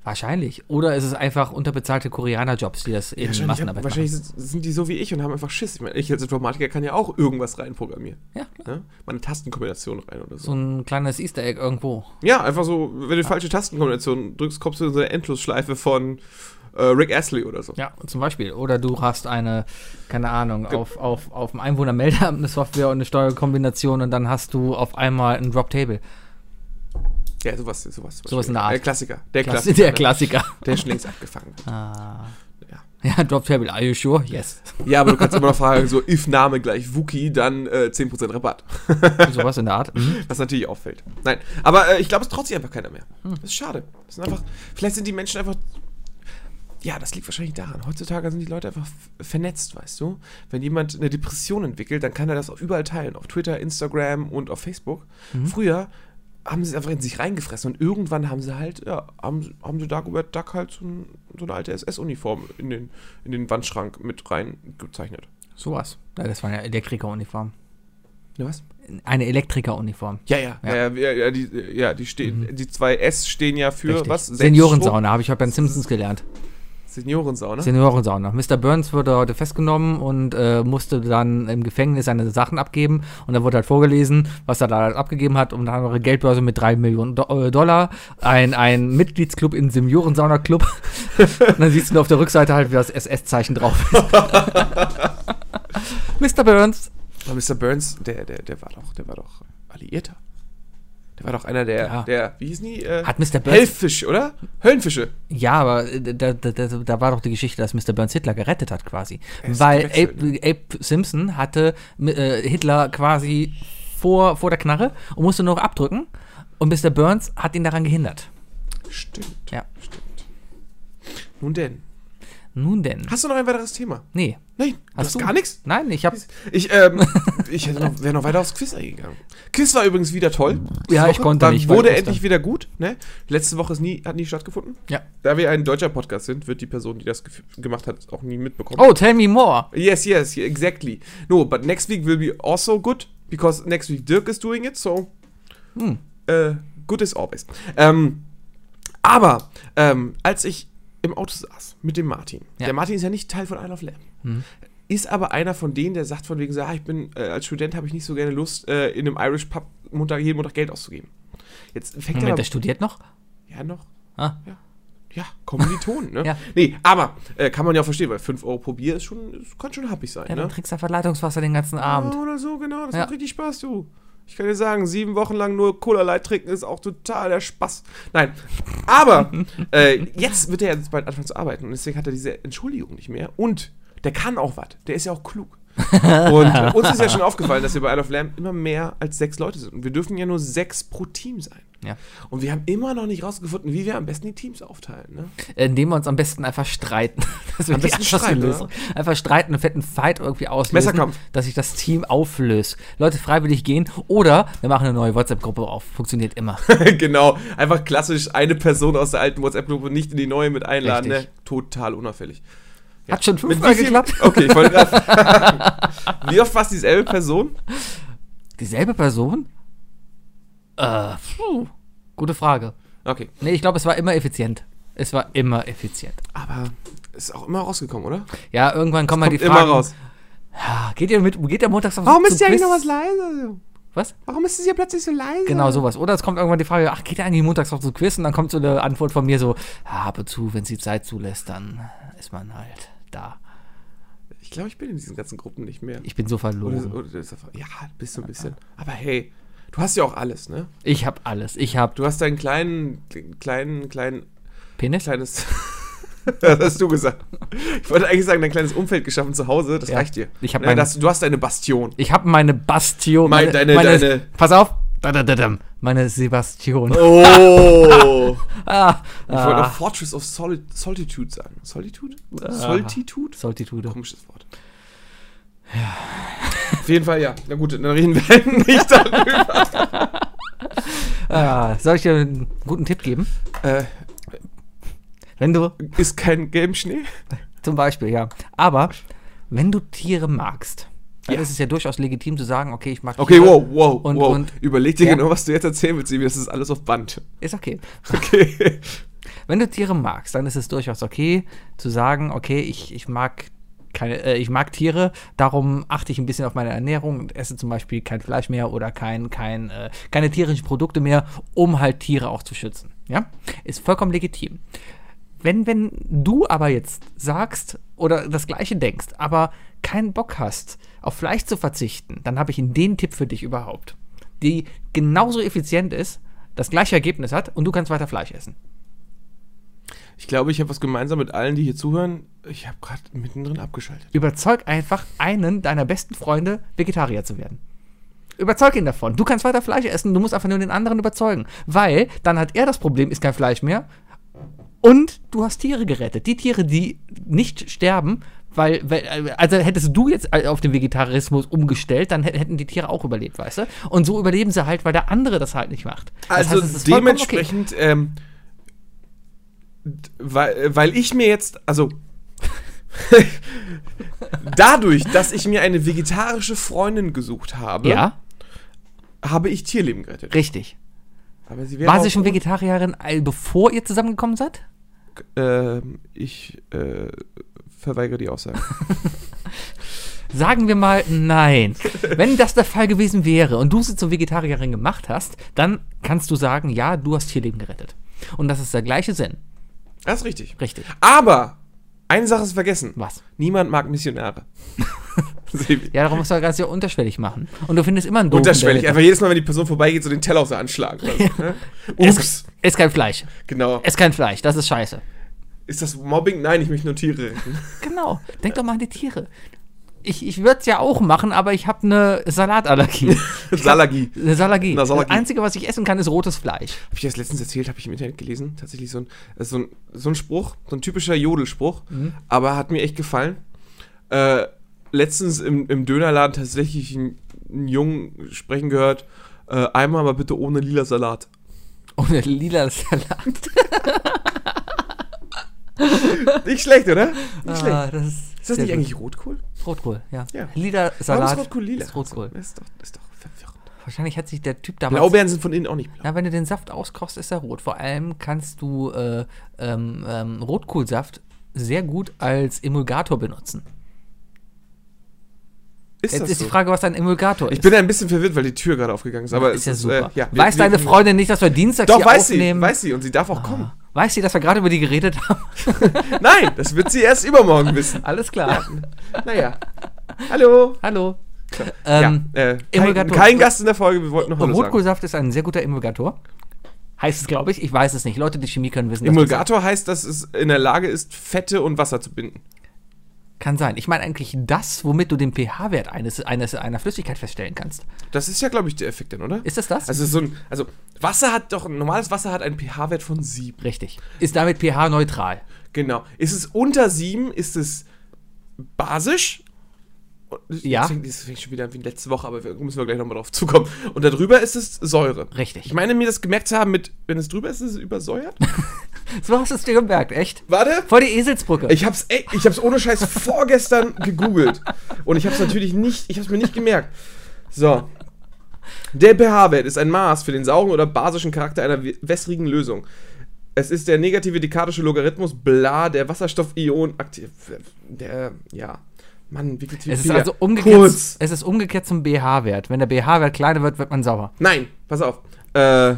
Speaker 3: Wahrscheinlich. Oder ist es einfach unterbezahlte Koreaner-Jobs, die das in
Speaker 2: Wahrscheinlich,
Speaker 3: Massenarbeit machen?
Speaker 2: wahrscheinlich sind- sind die so wie ich und haben einfach Schiss. Ich meine, ich als Informatiker kann ja auch irgendwas reinprogrammieren.
Speaker 3: Ja, klar.
Speaker 2: Ne? Mal eine Tastenkombination rein oder so.
Speaker 3: So ein kleines Easter Egg irgendwo.
Speaker 2: Ja, einfach so, wenn du falsche Tastenkombinationen drückst, kommst du in so eine Endlosschleife von äh, Rick Astley oder so.
Speaker 3: Ja, zum Beispiel. Oder du hast eine, keine Ahnung, auf, auf, auf dem Einwohnermeldeamt eine Software und eine Steuerkombination und dann hast du auf einmal ein Drop Table.
Speaker 2: Ja, sowas, sowas. zum
Speaker 3: Sowas
Speaker 2: Beispiel.
Speaker 3: in der Art.
Speaker 2: Der Klassiker. Der
Speaker 3: Klass-
Speaker 2: Klassiker.
Speaker 3: der
Speaker 2: ne?
Speaker 3: Klassiker.
Speaker 2: Der ist schon längst abgefangen.
Speaker 3: Ah.
Speaker 2: Ja.
Speaker 3: Ja, Drop Table, are you sure? Yes.
Speaker 2: Ja, aber du kannst immer noch fragen, so, if Name gleich Wookie, dann äh, 10% Rabatt.
Speaker 3: Sowas in der Art. Mhm.
Speaker 2: Was natürlich auffällt. Nein, aber äh, ich glaube, es traut sich einfach keiner mehr. Das ist schade. Das sind einfach, vielleicht sind die Menschen einfach. Ja, das liegt wahrscheinlich daran. Heutzutage sind die Leute einfach f- vernetzt, weißt du? Wenn jemand eine Depression entwickelt, dann kann er das auch überall teilen. Auf Twitter, Instagram und auf Facebook. Früher haben sie es einfach in sich reingefressen und irgendwann haben sie halt, ja, haben, haben sie Dagobert Duck halt so, ein, so eine alte SS-Uniform in den, in den Wandschrank mit reingezeichnet.
Speaker 3: Sowas. Ja, das waren ja Elektrikeruniformen.
Speaker 2: Ne, was?
Speaker 3: Eine Elektrikeruniform.
Speaker 2: Ja, ja.
Speaker 3: Ja. Mhm.
Speaker 2: Ja, ja, ja, ja, die, ja die, stehen, die zwei S stehen ja für
Speaker 3: Richtig.
Speaker 2: was? Selbststrom-
Speaker 3: Seniorensauna, habe ich heute bei den Simpsons gelernt.
Speaker 2: Seniorensauna.
Speaker 3: Seniorensauna. Mr. Burns wurde heute festgenommen und äh, musste dann im Gefängnis seine Sachen abgeben. Und dann wurde halt vorgelesen, was er da halt abgegeben hat. Und dann haben wir eine Geldbörse mit 3 Millionen Do äh, Dollar, ein, ein Mitgliedsclub in Seniorensauna-Club. und dann siehst du nur auf der Rückseite halt, wie das SS-Zeichen drauf ist. Mr. Burns.
Speaker 2: Aber Mr. Burns, der, der, der war doch, der war doch Alliierter. Der war doch einer der,
Speaker 3: Ja.
Speaker 2: der wie hießen die? Äh,
Speaker 3: Hat Mr. Burns.
Speaker 2: Hellfisch, oder? Höllenfische.
Speaker 3: Ja, aber äh, da, da, da, da war doch die Geschichte, dass Mr. Burns Hitler gerettet hat, quasi.
Speaker 2: Er ist
Speaker 3: Weil Abe,
Speaker 2: gewechselt.
Speaker 3: Abe Simpson hatte äh, Hitler quasi vor, vor der Knarre und musste nur noch abdrücken. Und Mr. Burns hat ihn daran gehindert.
Speaker 2: Stimmt.
Speaker 3: Ja.
Speaker 2: Stimmt. Nun denn.
Speaker 3: Nun denn.
Speaker 2: Hast du noch ein weiteres Thema?
Speaker 3: Nee.
Speaker 2: Nein, du hast gar nichts.
Speaker 3: Nein, ich hab.
Speaker 2: Ich, ähm, ich hätte noch, wäre noch weiter aufs Quiz eingegangen. Quiz war übrigens wieder toll. Diese
Speaker 3: Ja, ich konnte
Speaker 2: Dann
Speaker 3: nicht, weil
Speaker 2: wurde
Speaker 3: Ostern.
Speaker 2: endlich wieder gut. Ne? Letzte Woche ist nie, hat nie stattgefunden.
Speaker 3: Ja.
Speaker 2: Da wir ein deutscher Podcast sind, wird die Person, die das gef- gemacht hat, auch nie mitbekommen.
Speaker 3: Oh, tell me more.
Speaker 2: Yes, yes, yeah, exactly. No, but next week will be also good because next week Dirk is doing it, so
Speaker 3: Hm.
Speaker 2: äh, good is always. Ähm, aber ähm, als ich im Auto saß mit dem Martin,
Speaker 3: Ja. Hm.
Speaker 2: der Martin ist ja nicht Teil von Isle of Lamb. Ist aber einer von denen, der sagt von wegen so, ah, ich bin, äh, als Student habe ich nicht so gerne Lust, äh, in einem Irish Pub Montag, jeden Montag Geld auszugeben. Jetzt fängt
Speaker 3: Moment,
Speaker 2: er
Speaker 3: Hm, der studiert noch?
Speaker 2: ja, noch.
Speaker 3: Ah.
Speaker 2: Ja. Ja, Kommilitonen, ne?
Speaker 3: Ja.
Speaker 2: Nee, aber äh, kann man ja auch verstehen, weil 5 Euro pro Bier ist schon, ist, kann schon happig sein,
Speaker 3: Ja,
Speaker 2: ne?
Speaker 3: dann trinkst du einfach Leitungswasser den ganzen Abend.
Speaker 2: Ja, oder so, genau. Das
Speaker 3: Ja.
Speaker 2: macht richtig Spaß, du. Ich kann dir sagen, sieben Wochen lang nur Cola Light trinken ist auch total der Spaß. Nein, aber äh, jetzt wird er jetzt bald anfangen zu arbeiten und deswegen hat er diese Entschuldigung nicht mehr. Und der kann auch was. Der ist ja auch klug. Und äh, uns ist ja schon aufgefallen, dass wir bei Isle of Lamb immer mehr als sechs Leute sind. Und wir dürfen ja nur sechs pro Team sein.
Speaker 3: Ja.
Speaker 2: Und wir haben immer noch nicht rausgefunden, wie wir am besten die Teams aufteilen. Ne?
Speaker 3: äh, Indem wir uns am besten einfach streiten. Das wird
Speaker 2: Am
Speaker 3: die
Speaker 2: besten
Speaker 3: einfachste
Speaker 2: streiten,
Speaker 3: Lösung. Einfach streiten, einen fetten Fight irgendwie auslösen.
Speaker 2: Messerkampf.
Speaker 3: Dass sich das Team auflöst. Leute freiwillig gehen oder wir machen eine neue WhatsApp-Gruppe auf. Funktioniert immer.
Speaker 2: genau. Einfach klassisch eine Person aus der alten WhatsApp-Gruppe nicht in die neue mit einladen. Ne?
Speaker 3: Richtig.
Speaker 2: Total unauffällig.
Speaker 3: Hat schon
Speaker 2: Mit
Speaker 3: fünfmal
Speaker 2: wie viel-
Speaker 3: geklappt.
Speaker 2: Okay, ich wollte gerade fragen. Wie oft war es dieselbe Person?
Speaker 3: Dieselbe Person? Äh, puh. Gute Frage.
Speaker 2: Okay.
Speaker 3: Nee, ich glaube, es war immer effizient. Es war immer effizient.
Speaker 2: Aber ist auch immer rausgekommen, oder?
Speaker 3: Ja, irgendwann kommen halt die
Speaker 2: Kommt
Speaker 3: Fragen.
Speaker 2: immer raus.
Speaker 3: Ah, Geht ihr mit, geht ihr montags auf zu Quiz?
Speaker 2: leise?
Speaker 3: Was?
Speaker 2: Warum ist es hier plötzlich so leise?
Speaker 3: Genau sowas. Oder es kommt irgendwann die Frage, ach, geht ihr eigentlich montags auf zu Quiz? Und dann kommt so eine Antwort von mir so, ah, ab und zu, wenn es die Zeit zulässt, dann ist man halt da.
Speaker 2: Ich glaube, ich bin in diesen ganzen Gruppen nicht mehr.
Speaker 3: Ich bin so
Speaker 2: Oder,
Speaker 3: verloren.
Speaker 2: oder ist das- ja, bist du ein bisschen. Aber hey, du hast ja auch alles, ne?
Speaker 3: Ich hab alles. Ich hab
Speaker 2: Du hast deinen kleinen, kleinen, kleinen,
Speaker 3: Penis.
Speaker 2: kleines. das hast du gesagt. Ich wollte eigentlich sagen, dein kleines Umfeld geschaffen zu Hause, das
Speaker 3: Ja.
Speaker 2: reicht dir.
Speaker 3: Ich hab
Speaker 2: ne,
Speaker 3: meine-
Speaker 2: das, Du hast deine Bastion.
Speaker 3: Ich hab meine Bastion.
Speaker 2: Mein- deine-
Speaker 3: meine,
Speaker 2: deine-
Speaker 3: Pass auf. Dadadadam. Meine Sebastian.
Speaker 2: Oh!
Speaker 3: Ah,
Speaker 2: ich wollte
Speaker 3: ah.
Speaker 2: noch Fortress of Soli Solitude sagen. Solitude? Solitude?
Speaker 3: Soltitude.
Speaker 2: Komisches Wort. Ja. Auf jeden Fall, ja. Na gut, dann reden wir nicht darüber.
Speaker 3: Ah, soll ich dir einen guten Tipp geben?
Speaker 2: äh,
Speaker 3: Wenn du
Speaker 2: ist kein Game Schnee?
Speaker 3: Zum Beispiel, ja. Aber wenn du Tiere magst, dann
Speaker 2: Ja.
Speaker 3: ist es ja durchaus legitim zu sagen, okay, ich mag
Speaker 2: Okay,
Speaker 3: Tiere.
Speaker 2: wow, wow,
Speaker 3: Und-
Speaker 2: wow.
Speaker 3: und-
Speaker 2: Überleg dir
Speaker 3: ja.
Speaker 2: genau, was du jetzt erzählen willst, Sibi. Das ist alles auf Band.
Speaker 3: Ist okay.
Speaker 2: Okay.
Speaker 3: Wenn du Tiere magst, dann ist es durchaus okay zu sagen, okay, ich, ich mag keine, äh, ich mag Tiere, darum achte ich ein bisschen auf meine Ernährung und esse zum Beispiel kein Fleisch mehr oder kein, kein, äh, keine tierischen Produkte mehr, um halt Tiere auch zu schützen. Ja? Ist vollkommen legitim. Wenn, wenn du aber jetzt sagst oder das Gleiche denkst, aber keinen Bock hast, auf Fleisch zu verzichten, dann habe ich den Tipp für dich überhaupt, die genauso effizient ist, das gleiche Ergebnis hat und du kannst weiter Fleisch essen.
Speaker 2: Ich glaube, ich habe was gemeinsam mit allen, die hier zuhören. Ich habe gerade mittendrin abgeschaltet.
Speaker 3: Überzeug einfach einen deiner besten Freunde, Vegetarier zu werden. Überzeug ihn davon. Du kannst weiter Fleisch essen, du musst einfach nur den anderen überzeugen. Weil dann hat er das Problem, ist kein Fleisch mehr. Und du hast Tiere gerettet. Die Tiere, die nicht sterben, weil, weil also hättest du jetzt auf den Vegetarismus umgestellt, dann hä- hätten die Tiere auch überlebt, weißt du? Und so überleben sie halt, weil der andere das halt nicht macht. Das
Speaker 2: Also
Speaker 3: heißt, es ist vollkommen
Speaker 2: dementsprechend, ähm, d- weil, äh, weil ich mir jetzt, also dadurch, dass ich mir eine vegetarische Freundin gesucht habe,
Speaker 3: Okay. Ja,
Speaker 2: habe ich Tierleben gerettet.
Speaker 3: richtig.
Speaker 2: Aber sie wäre
Speaker 3: War sie
Speaker 2: auch-
Speaker 3: schon Vegetarierin, äh, bevor ihr zusammengekommen seid?
Speaker 2: Ähm, ich äh, verweigere die Aussage.
Speaker 3: Sagen wir mal nein. Wenn das der Fall gewesen wäre und du sie zur Vegetarierin gemacht hast, dann kannst du sagen, ja, du hast Tierleben gerettet. Und das ist der gleiche Sinn.
Speaker 2: das ist richtig.
Speaker 3: Richtig.
Speaker 2: Aber eine Sache ist vergessen.
Speaker 3: Was?
Speaker 2: Niemand mag Missionare. Sebi.
Speaker 3: Ja, darum musst du das Ganze ja unterschwellig machen. Und du findest immer einen Doofen, der
Speaker 2: Unterschwellig.
Speaker 3: das-
Speaker 2: Einfach jedes Mal, wenn die Person vorbeigeht, so den Teller auf der Anschlag. oder so, ne? Ups.
Speaker 3: Ess, ess kein Fleisch.
Speaker 2: Genau.
Speaker 3: Ess kein Fleisch. Das ist scheiße.
Speaker 2: Ist das Mobbing? Nein, ich möchte nur Tiere retten.
Speaker 3: Genau. Denk doch mal an die Tiere. Ich, ich würde es ja auch machen, aber ich habe eine Salatallergie.
Speaker 2: Salagi.
Speaker 3: Eine Salagie.
Speaker 2: Eine
Speaker 3: Das
Speaker 2: Salagie.
Speaker 3: Einzige, was ich essen kann, ist rotes Fleisch.
Speaker 2: Habe ich das letztens erzählt? Habe ich im Internet gelesen? Tatsächlich so ein, also so ein, so ein Spruch, so ein typischer Jodelspruch.
Speaker 3: Mhm.
Speaker 2: Aber hat mir echt gefallen. Äh, letztens im, im Dönerladen tatsächlich einen, einen Jungen sprechen gehört. Äh, einmal aber bitte ohne lila Salat.
Speaker 3: Ohne lila Salat.
Speaker 2: Nicht schlecht, oder? Nicht
Speaker 3: Ah,
Speaker 2: schlecht.
Speaker 3: das ist,
Speaker 2: Ist das
Speaker 3: sehr
Speaker 2: nicht
Speaker 3: gut.
Speaker 2: eigentlich Rotkohl?
Speaker 3: Rotkohl, ja.
Speaker 2: Ja.
Speaker 3: Lila
Speaker 2: Warum
Speaker 3: Salat.
Speaker 2: ist Rotkohl lila? Also,
Speaker 3: Ist Rotkohl.
Speaker 2: Ist doch, ist doch verwirrend.
Speaker 3: Wahrscheinlich hat sich der Typ damals.
Speaker 2: Blaubeeren sind von innen auch nicht blau.
Speaker 3: Na, wenn du den Saft auskochst, ist er rot. Vor allem kannst du äh, ähm, ähm, Rotkohlsaft sehr gut als Emulgator benutzen.
Speaker 2: Ist
Speaker 3: Jetzt
Speaker 2: das
Speaker 3: ist
Speaker 2: so?
Speaker 3: die Frage, was ein Emulgator
Speaker 2: ich
Speaker 3: ist.
Speaker 2: bin ein bisschen verwirrt, weil die Tür gerade aufgegangen ist. Aber
Speaker 3: ist
Speaker 2: es
Speaker 3: ja super.
Speaker 2: äh, ja, wir-
Speaker 3: weiß
Speaker 2: wir-
Speaker 3: deine Freundin nicht, dass wir Dienstags
Speaker 2: Doch,
Speaker 3: hier
Speaker 2: weiß
Speaker 3: aufnehmen? Ah.
Speaker 2: sie, weiß sie. Und sie darf auch kommen.
Speaker 3: Weiß sie, dass wir gerade über die geredet haben?
Speaker 2: Nein, das wird sie erst übermorgen wissen.
Speaker 3: Alles klar.
Speaker 2: Naja. Hallo.
Speaker 3: Hallo. Ähm,
Speaker 2: ja, äh, kein,
Speaker 3: Emulgator.
Speaker 2: kein Gast in der Folge, wir wollten noch Hallo sagen.
Speaker 3: Rotkohlsaft ist ein sehr guter Emulgator. Heißt es, glaube ich. Ich weiß es nicht. Leute, die Chemie können wissen. dass das-
Speaker 2: Emulgator heißt, dass es in der Lage ist, Fette und Wasser zu binden.
Speaker 3: Kann sein. Ich meine eigentlich das, womit du den pH-Wert eines, eines einer Flüssigkeit feststellen kannst.
Speaker 2: Das ist ja, glaube ich, der Effekt dann, oder?
Speaker 3: Ist das das?
Speaker 2: Also so ein, also Wasser hat doch, normales Wasser hat einen pH-Wert von 7.
Speaker 3: Richtig. Ist damit pH-neutral.
Speaker 2: Genau. Ist es unter 7, ist es basisch. Und das-
Speaker 3: Ja.
Speaker 2: Das fängt, das fängt schon wieder an wie letzte Woche, aber wir müssen wir gleich nochmal drauf zukommen. Und darüber ist es Säure.
Speaker 3: Richtig.
Speaker 2: Ich meine, mir das gemerkt zu haben mit, wenn es drüber ist, ist es übersäuert.
Speaker 3: So hast du es dir gemerkt, echt?
Speaker 2: Warte.
Speaker 3: Vor die Eselsbrücke.
Speaker 2: Ich hab's, ey, ich hab's ohne Scheiß vorgestern gegoogelt. Und ich hab's natürlich nicht, ich hab's mir nicht gemerkt. So. Der pH-Wert ist ein Maß für den sauren oder basischen Charakter einer we- wässrigen Lösung. Es ist der negative dekadische Logarithmus, bla, der Wasserstoffion aktiv. Der, ja. Mann, wie
Speaker 3: es ist also umgekehrt,
Speaker 2: Kurz.
Speaker 3: es ist umgekehrt zum pH-Wert. Wenn der pH-Wert kleiner wird, wird man sauer.
Speaker 2: Nein, pass auf. Äh,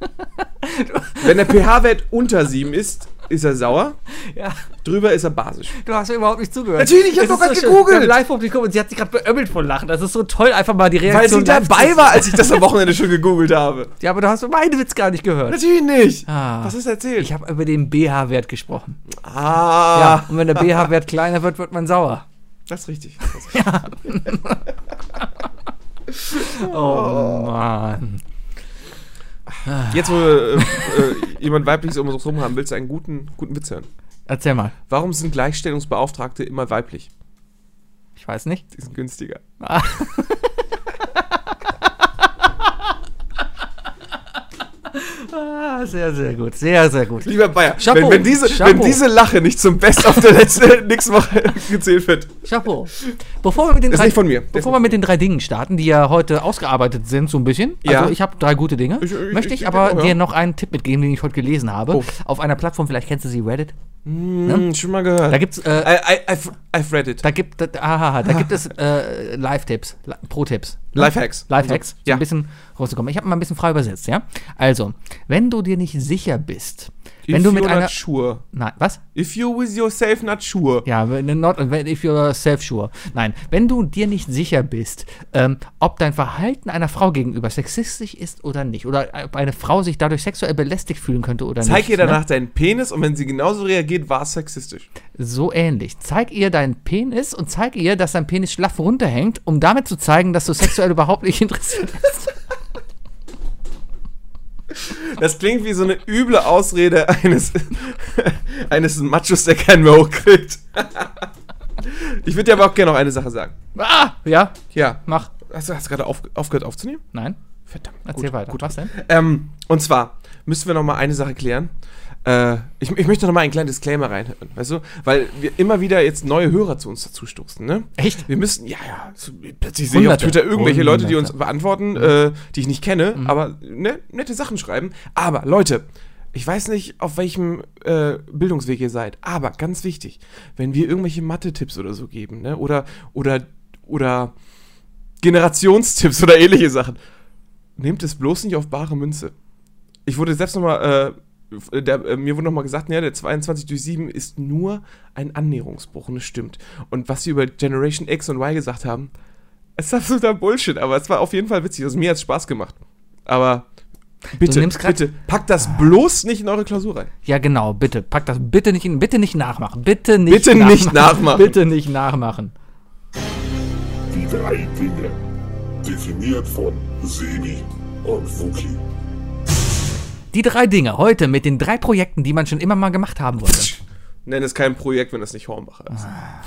Speaker 2: wenn der pH-Wert unter 7 ist, ist er sauer.
Speaker 3: Ja,
Speaker 2: Drüber ist er basisch.
Speaker 3: du hast mir überhaupt nicht zugehört.
Speaker 2: Natürlich, ich hab
Speaker 3: Es
Speaker 2: doch
Speaker 3: ist so
Speaker 2: grad
Speaker 3: schön.
Speaker 2: gegoogelt.
Speaker 3: Wir haben Live-Publikum und sie hat sich gerade beömmelt vor Lachen. Das ist so toll, einfach mal die
Speaker 2: Weil
Speaker 3: Reaktion.
Speaker 2: sie dabei
Speaker 3: live zu-
Speaker 2: war, als ich das am Wochenende schon gegoogelt habe.
Speaker 3: Ja, aber du hast meinen Witz gar nicht gehört.
Speaker 2: Natürlich nicht.
Speaker 3: Ah.
Speaker 2: Was ist erzählt?
Speaker 3: Ich habe über den pH-Wert gesprochen.
Speaker 2: ah,
Speaker 3: Ja, und wenn der pH-Wert kleiner wird, wird man sauer.
Speaker 2: das ist richtig.
Speaker 3: Oh, Mann.
Speaker 2: Jetzt, wo äh, äh, jemand weibliches um uns herum haben, willst du einen guten, guten Witz hören?
Speaker 3: Erzähl mal.
Speaker 2: Warum sind Gleichstellungsbeauftragte immer weiblich?
Speaker 3: Ich weiß nicht.
Speaker 2: Die sind günstiger.
Speaker 3: Ah, sehr, sehr gut. Sehr, sehr gut.
Speaker 2: Lieber Bayer,
Speaker 3: Chapeau,
Speaker 2: wenn, wenn, diese,
Speaker 3: Chapeau.
Speaker 2: wenn diese Lache nicht zum Best auf der letzten nächsten Woche gezählt wird.
Speaker 3: Chapeau. Bevor wir mit den
Speaker 2: Ist
Speaker 3: drei,
Speaker 2: nicht von mir. Der ist
Speaker 3: Bevor wir mit den drei Dingen starten, die ja heute ausgearbeitet sind, so ein bisschen.
Speaker 2: Ja.
Speaker 3: Also ich habe drei gute Dinge.
Speaker 2: Ich- ich-
Speaker 3: möchte
Speaker 2: ich-
Speaker 3: ich,
Speaker 2: ich
Speaker 3: aber
Speaker 2: auch, ja.
Speaker 3: dir noch einen Tipp mitgeben, den ich heute gelesen habe.
Speaker 2: Oh.
Speaker 3: Auf einer Plattform, vielleicht kennst du sie, Reddit.
Speaker 2: Hm, schon mal gehört.
Speaker 3: Da gibt's,
Speaker 2: I,
Speaker 3: äh,
Speaker 2: I, I've, I've read it.
Speaker 3: da gibt, da, aha, da gibt es äh, Live-Tipps, Li- Pro-Tipps.
Speaker 2: Lifehacks.
Speaker 3: Lifehacks, so
Speaker 2: Also, Ja.
Speaker 3: ein bisschen rauszukommen. Ich habe mal ein bisschen frei übersetzt, ja. Also, wenn du dir nicht sicher bist, wenn
Speaker 2: If
Speaker 3: du mit
Speaker 2: you're
Speaker 3: einer,
Speaker 2: Not sure.
Speaker 3: nein, was?
Speaker 2: If you with yourself not sure.
Speaker 3: Ja, wenn- not wenn- if you're self-sure. Nein, wenn du dir nicht sicher bist, ähm, ob dein Verhalten einer Frau gegenüber sexistisch ist oder nicht, oder ob eine Frau sich dadurch sexuell belästigt fühlen könnte oder
Speaker 2: Zeig
Speaker 3: nicht.
Speaker 2: ihr danach deinen Penis und wenn sie genauso reagiert, war es sexistisch.
Speaker 3: Ne? So ähnlich. Zeig ihr deinen Penis und zeig ihr, dass dein Penis schlaff runterhängt, um damit zu zeigen, dass du sexuell überhaupt nicht interessiert bist.
Speaker 2: Das klingt wie so eine üble Ausrede eines, eines Machos, der keinen mehr hochkriegt. Ich würde dir aber auch gerne noch eine Sache sagen.
Speaker 3: ah, ja,
Speaker 2: Ja.
Speaker 3: mach.
Speaker 2: Hast du, hast du gerade auf, aufgehört aufzunehmen?
Speaker 3: Nein,
Speaker 2: Verdammt.
Speaker 3: erzähl weiter.
Speaker 2: Gut.
Speaker 3: Was denn?
Speaker 2: Ähm, und zwar müssen wir nochmal eine Sache klären. Äh, ich, ich möchte nochmal einen kleinen Disclaimer reinhören, weißt du? Weil wir immer wieder jetzt neue Hörer zu uns dazustoßen, ne?
Speaker 3: Echt?
Speaker 2: Wir müssen, ja, ja, so, plötzlich sehe ich auf
Speaker 3: Hunderte.
Speaker 2: Twitter irgendwelche Leute, die uns
Speaker 3: Hunderte. Mhm.
Speaker 2: beantworten, äh, die ich nicht kenne, aber ne, nette Sachen schreiben. Aber Leute, ich weiß nicht, auf welchem äh, Bildungsweg ihr seid, aber ganz wichtig, wenn wir irgendwelche Mathe-Tipps oder so geben, ne? Oder, oder, oder Generationstipps oder ähnliche Sachen, nehmt es bloß nicht auf bare Münze. Ich wurde selbst nochmal, äh, der, äh, mir wurde nochmal gesagt, ja, der 22 durch 7 ist nur ein Annäherungsbruch und es stimmt. Und was sie über Generation X und Y gesagt haben, ist absoluter Bullshit, aber es war auf jeden Fall witzig. Also mir hat es Spaß gemacht. Aber bitte,
Speaker 3: nimmst grad-
Speaker 2: bitte, packt das bloß nicht in eure Klausur rein.
Speaker 3: Ja, genau, bitte. Pack das bitte nicht in, bitte nicht nachmachen. Bitte nicht
Speaker 2: Bitte nicht nachmachen.
Speaker 3: Bitte nicht nachmachen.
Speaker 4: Die drei Dinge. Definiert von Sebi und Fuki.
Speaker 3: Die drei Dinge heute mit den drei Projekten, die man schon immer mal gemacht haben wollte.
Speaker 2: Nenn es kein Projekt, wenn es nicht Hornbacher ist.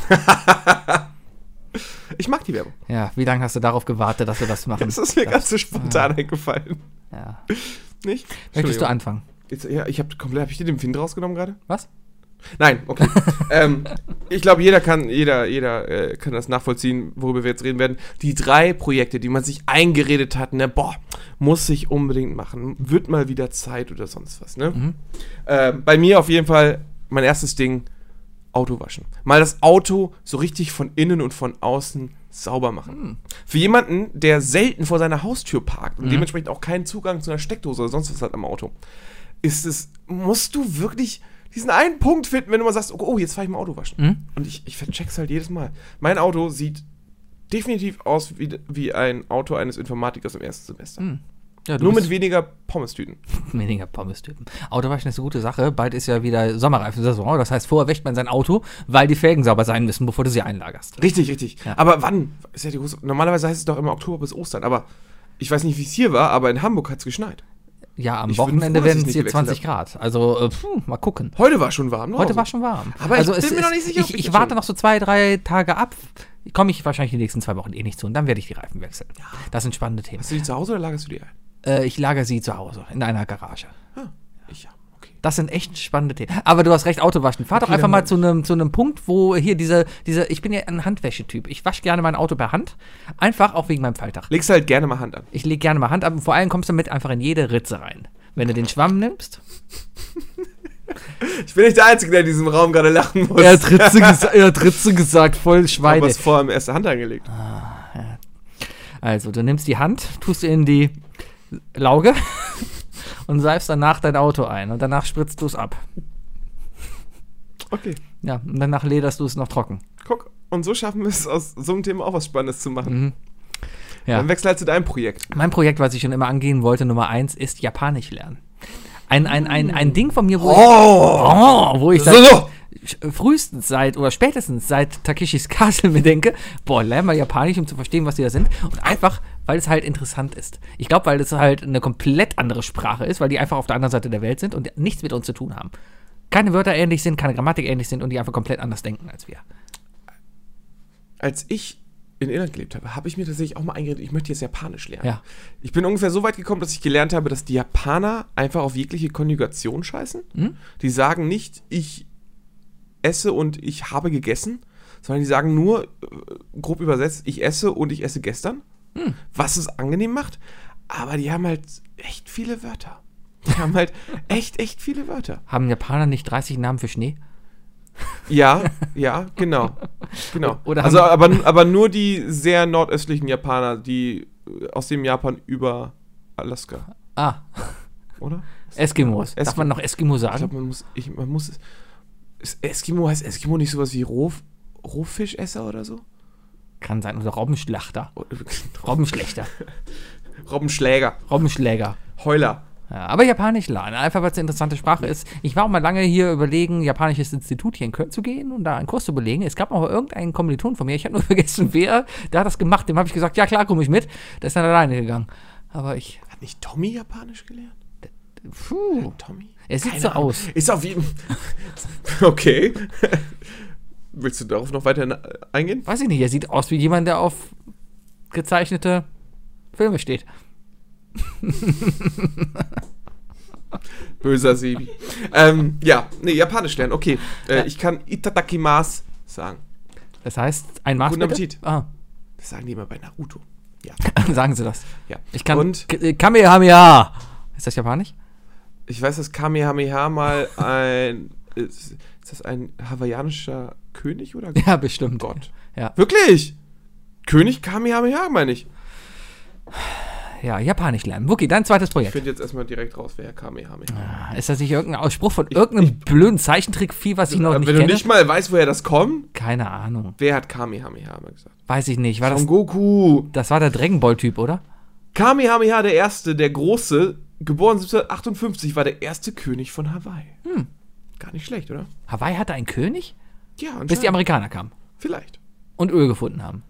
Speaker 3: Ah.
Speaker 2: ich mag die Werbung.
Speaker 3: Ja, wie lange hast du darauf gewartet, dass wir das machen?
Speaker 2: Das ist mir ganz so spontan eingefallen.
Speaker 3: Ah. ja.
Speaker 2: Nicht?
Speaker 3: Möchtest du
Speaker 2: Entschuldigung.
Speaker 3: anfangen?
Speaker 2: Jetzt, ja, ich habe komplett, habe ich dir den Wind rausgenommen gerade?
Speaker 3: Was?
Speaker 2: Nein, okay. ähm, ich glaube, jeder kann, jeder, jeder äh, kann das nachvollziehen, worüber wir jetzt reden werden. Die drei Projekte, die man sich eingeredet hat, ne, boah, muss ich unbedingt machen, wird mal wieder Zeit oder sonst was, ne? Ähm, bei mir auf jeden Fall mein erstes Ding: Auto waschen. Mal das Auto so richtig von innen und von außen sauber machen.
Speaker 3: Hm.
Speaker 2: Für jemanden, der selten vor seiner Haustür parkt
Speaker 3: Mhm.
Speaker 2: und dementsprechend auch keinen Zugang zu einer Steckdose oder sonst was hat am Auto, ist es, musst du wirklich diesen einen Punkt finden, wenn du mal sagst, oh, oh jetzt fahre ich mal Auto waschen.
Speaker 3: Mhm.
Speaker 2: Und ich, ich vercheck's halt jedes Mal. Mein Auto sieht definitiv aus wie, wie ein Auto eines Informatikers im ersten Semester.
Speaker 3: Ja, Hm, du
Speaker 2: Nur
Speaker 3: bist,
Speaker 2: mit weniger Pommes-Tüten.
Speaker 3: Weniger Pommes-Typen. Autowaschen ist eine gute Sache. Bald ist ja wieder Sommerreifensaison. Das heißt, vorher wäscht man sein Auto, weil die Felgen sauber sein müssen, bevor du sie einlagerst.
Speaker 2: Richtig, richtig. Aber wann? Ist ja die große, normalerweise heißt es doch immer Oktober bis Ostern, aber ich weiß nicht, wie es hier war, aber in Hamburg hat es geschneit.
Speaker 3: Ja, am
Speaker 2: Ich bin
Speaker 3: Wochenende
Speaker 2: froh, dass
Speaker 3: werden
Speaker 2: ich
Speaker 3: es
Speaker 2: nicht
Speaker 3: hier
Speaker 2: gewechselt
Speaker 3: 20 Grad. Also, äh, pf, mal gucken.
Speaker 2: Heute war schon warm. ne?
Speaker 3: Heute
Speaker 2: Also,
Speaker 3: war schon warm.
Speaker 2: Aber ich
Speaker 3: also
Speaker 2: bin
Speaker 3: es
Speaker 2: mir
Speaker 3: ist-
Speaker 2: noch nicht sicher, ob
Speaker 3: Ich,
Speaker 2: ich
Speaker 3: ich
Speaker 2: das
Speaker 3: warte
Speaker 2: schon-
Speaker 3: noch so zwei, drei Tage ab. Komme ich wahrscheinlich die nächsten zwei Wochen eh nicht zu und dann werde ich die Reifen wechseln. Das sind spannende Themen.
Speaker 2: Hast du die zu Hause oder lagerst du die ein?
Speaker 3: Äh, ich lagere sie zu Hause in einer Garage.
Speaker 2: Ich ja, okay.
Speaker 3: Das sind echt spannende Themen. Aber du hast recht, Autowaschen. Fahr doch einfach mal zu einem, zu einem Punkt, wo hier diese, diese, ich bin ja ein Handwäschetyp. Ich wasche gerne mein Auto per Hand. Einfach auch wegen meinem Faltdach.
Speaker 2: Legst halt gerne mal Hand an.
Speaker 3: Ich lege gerne mal Hand ab und vor allem kommst du mit einfach in jede Ritze rein. Wenn du den Schwamm nimmst.
Speaker 2: Ich bin nicht der Einzige, der in diesem Raum gerade lachen muss.
Speaker 3: hat Ritze, gesa er hat Ritze gesagt, voll
Speaker 2: Ich habe
Speaker 3: Schweine.
Speaker 2: es vor allem erste Hand angelegt.
Speaker 3: Also, du nimmst die Hand, tust sie in die Lauge und seifst danach dein Auto ein. Und danach spritzt du es ab.
Speaker 2: Okay,
Speaker 3: Ja, und danach lederst du es noch trocken.
Speaker 2: guck. Und so schaffen wir es, aus so einem Thema auch was Spannendes zu machen.
Speaker 3: Mhm. Ja.
Speaker 2: Dann wechsel halt zu deinem Projekt.
Speaker 3: Mein Projekt, was ich schon immer angehen wollte, Nummer eins, ist Japanisch lernen. Ein, ein, ein, ein Ding von mir, wo ich, oh, wo ich seit,
Speaker 2: So.
Speaker 3: sch- frühestens seit oder spätestens seit Takeshis Castle mir denke, boah, lern mal Japanisch, um zu verstehen, was die da sind. Und einfach, weil es halt interessant ist. Ich glaube, weil es halt eine komplett andere Sprache ist, weil die einfach auf der anderen Seite der Welt sind und nichts mit uns zu tun haben. Keine Wörter ähnlich sind, keine Grammatik ähnlich sind und die einfach komplett anders denken als wir.
Speaker 2: Als ich in Irland gelebt habe, habe ich mir tatsächlich auch mal eingeredet, ich möchte jetzt Japanisch lernen.
Speaker 3: Ja.
Speaker 2: Ich bin ungefähr so weit gekommen, dass ich gelernt habe, dass die Japaner einfach auf jegliche Konjugation scheißen. Die sagen nicht, ich esse und ich habe gegessen, sondern die sagen nur, äh, grob übersetzt, ich esse und ich esse gestern. Was es angenehm macht. Aber die haben halt echt viele Wörter. Die haben halt echt, echt viele Wörter.
Speaker 3: Haben Japaner nicht 30 Namen für Schnee?
Speaker 2: Ja, ja, genau. genau.
Speaker 3: Oder
Speaker 2: also,
Speaker 3: haben-
Speaker 2: aber, aber nur die sehr nordöstlichen Japaner, die äh, aus dem Japan über Alaska,
Speaker 3: Ah,
Speaker 2: oder?
Speaker 3: Eskimos. Darf
Speaker 2: Eskimo.
Speaker 3: man noch Eskimo
Speaker 2: Ich
Speaker 3: sagen?
Speaker 2: glaube, man muss, ich, man muss, ist Eskimo heißt Eskimo nicht sowas wie Roh, Rohfischesser oder so?
Speaker 3: Kann sein. Oder Robbenschlachter.
Speaker 2: Oder-
Speaker 3: Robbenschlechter.
Speaker 2: Robbenschläger,
Speaker 3: Robbenschläger.
Speaker 2: Heuler.
Speaker 3: Ja, aber Japanisch lernen, einfach weil es eine interessante Sprache ist. Ich war auch mal lange hier überlegen, japanisches Institut hier in Köln zu gehen und da einen Kurs zu belegen. Es gab aber irgendeinen Kommiliton von mir, ich habe nur vergessen, wer, der hat das gemacht. Dem habe ich gesagt, ja klar, komm ich mit. Der ist dann alleine gegangen. Aber ich,
Speaker 2: Hat nicht Tommy Japanisch gelernt?
Speaker 3: puh,
Speaker 2: Tommy?
Speaker 3: er sieht
Speaker 2: Keine
Speaker 3: so
Speaker 2: Ahnung.
Speaker 3: aus.
Speaker 2: Ist auf jeden Okay. Willst du darauf noch weiter na- eingehen?
Speaker 3: Weiß ich nicht, er sieht aus wie jemand, der auf gezeichnete Filme steht.
Speaker 2: Böser Sebi. ähm, ja, nee, Japanisch lernen, okay. Äh, Ich kann Itadakimasu sagen.
Speaker 3: Das heißt, ein Maß
Speaker 2: Guten
Speaker 3: bitte?
Speaker 2: Appetit.
Speaker 3: Ah,
Speaker 2: Das sagen die immer bei Naruto. Ja,
Speaker 3: sagen Sie das.
Speaker 2: ja.
Speaker 3: Ich kann.
Speaker 2: Und
Speaker 3: K- äh, Kamehameha! Ist das Japanisch?
Speaker 2: ich weiß, dass Kamehameha mal ein. Ist, ist das ein hawaiianischer König oder
Speaker 3: Ja, bestimmt.
Speaker 2: Gott?
Speaker 3: Ja.
Speaker 2: Wirklich? König Kamehameha, meine ich.
Speaker 3: ja, Japanisch lernen. Wookie, dein zweites
Speaker 2: Ich
Speaker 3: Projekt. Ah,
Speaker 2: finde jetzt erstmal direkt raus, wer Kamehameha
Speaker 3: Ist das nicht irgendein Ausspruch von irgendeinem blöden Zeichentrick, viel, was ich noch
Speaker 2: Äh, Wenn
Speaker 3: nicht
Speaker 2: du
Speaker 3: kenne?
Speaker 2: nicht mal weißt, woher das kommt,
Speaker 3: Keine Ahnung.
Speaker 2: wer hat Kamehameha mal gesagt?
Speaker 3: Weiß ich nicht. War das,
Speaker 2: Von Goku.
Speaker 3: das war der Dragon Ball-Typ, oder?
Speaker 2: Kamehameha der Erste, der Große, geboren 1758, war der erste König von Hawaii. Hm. Gar nicht schlecht, oder?
Speaker 3: Hawaii hatte einen König,
Speaker 2: Ja,
Speaker 3: bis die
Speaker 2: anscheinend.
Speaker 3: Amerikaner kamen
Speaker 2: Vielleicht.
Speaker 3: und Öl gefunden haben.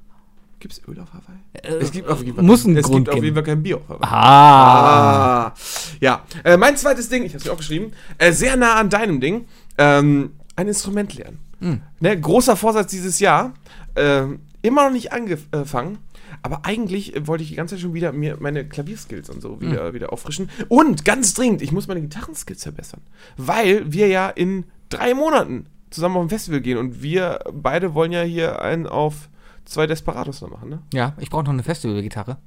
Speaker 2: Gibt es Öl auf Hawaii?
Speaker 3: Äh,
Speaker 2: es gibt auf jeden
Speaker 3: muss einen
Speaker 2: es
Speaker 3: Grund
Speaker 2: gibt auf jeden
Speaker 3: geben.
Speaker 2: Fall kein Bier auf Hawaii.
Speaker 3: Ah.
Speaker 2: Ah. Ja, äh, mein zweites Ding, ich hab's mir auch geschrieben, äh, sehr nah an deinem Ding, ähm, ein Instrument lernen. Ne, großer Vorsatz dieses Jahr, ähm, immer noch nicht angefangen, aber eigentlich äh, wollte ich die ganze Zeit schon wieder mir meine Klavierskills und so wieder, wieder auffrischen. Und ganz dringend, ich muss meine Gitarrenskills verbessern, weil wir ja in drei Monaten zusammen auf ein Festival gehen und wir beide wollen ja hier einen auf zwei Desperados noch machen, ne?
Speaker 3: Ja, ich brauche noch eine Festivalgitarre.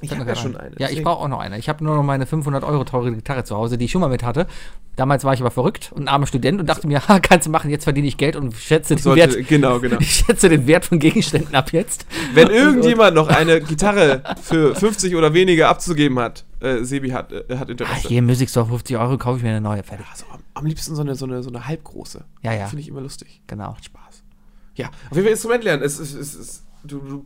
Speaker 2: Ich
Speaker 3: Fällt
Speaker 2: hab
Speaker 3: mir
Speaker 2: ja
Speaker 3: gerade
Speaker 2: schon
Speaker 3: ein.
Speaker 2: eine.
Speaker 3: Ja, ich
Speaker 2: deswegen-
Speaker 3: brauche auch noch eine. Ich habe nur noch meine 500 Euro teure Gitarre zu Hause, die ich schon mal mit hatte. Damals war ich aber verrückt und ein armer Student und dachte mir, ha, kannst du machen, jetzt verdiene ich Geld und schätze den,
Speaker 2: sollte,
Speaker 3: Wert,
Speaker 2: genau, genau.
Speaker 3: ich schätze den Wert von Gegenständen ab jetzt.
Speaker 2: Wenn irgendjemand noch eine Gitarre für 50 oder weniger abzugeben hat, äh, Sebi hat, äh, hat
Speaker 3: Ah,
Speaker 2: Interesse.
Speaker 3: hier Music Store 50 Euro kaufe ich mir eine neue fertig.
Speaker 2: also, am- am liebsten so eine, so eine, so eine halbgroße.
Speaker 3: Ja, ja.
Speaker 2: Finde ich immer lustig.
Speaker 3: Genau.
Speaker 2: Spaß. Ja, auf jeden Fall Instrument lernen. Es, es, es, es, du, du,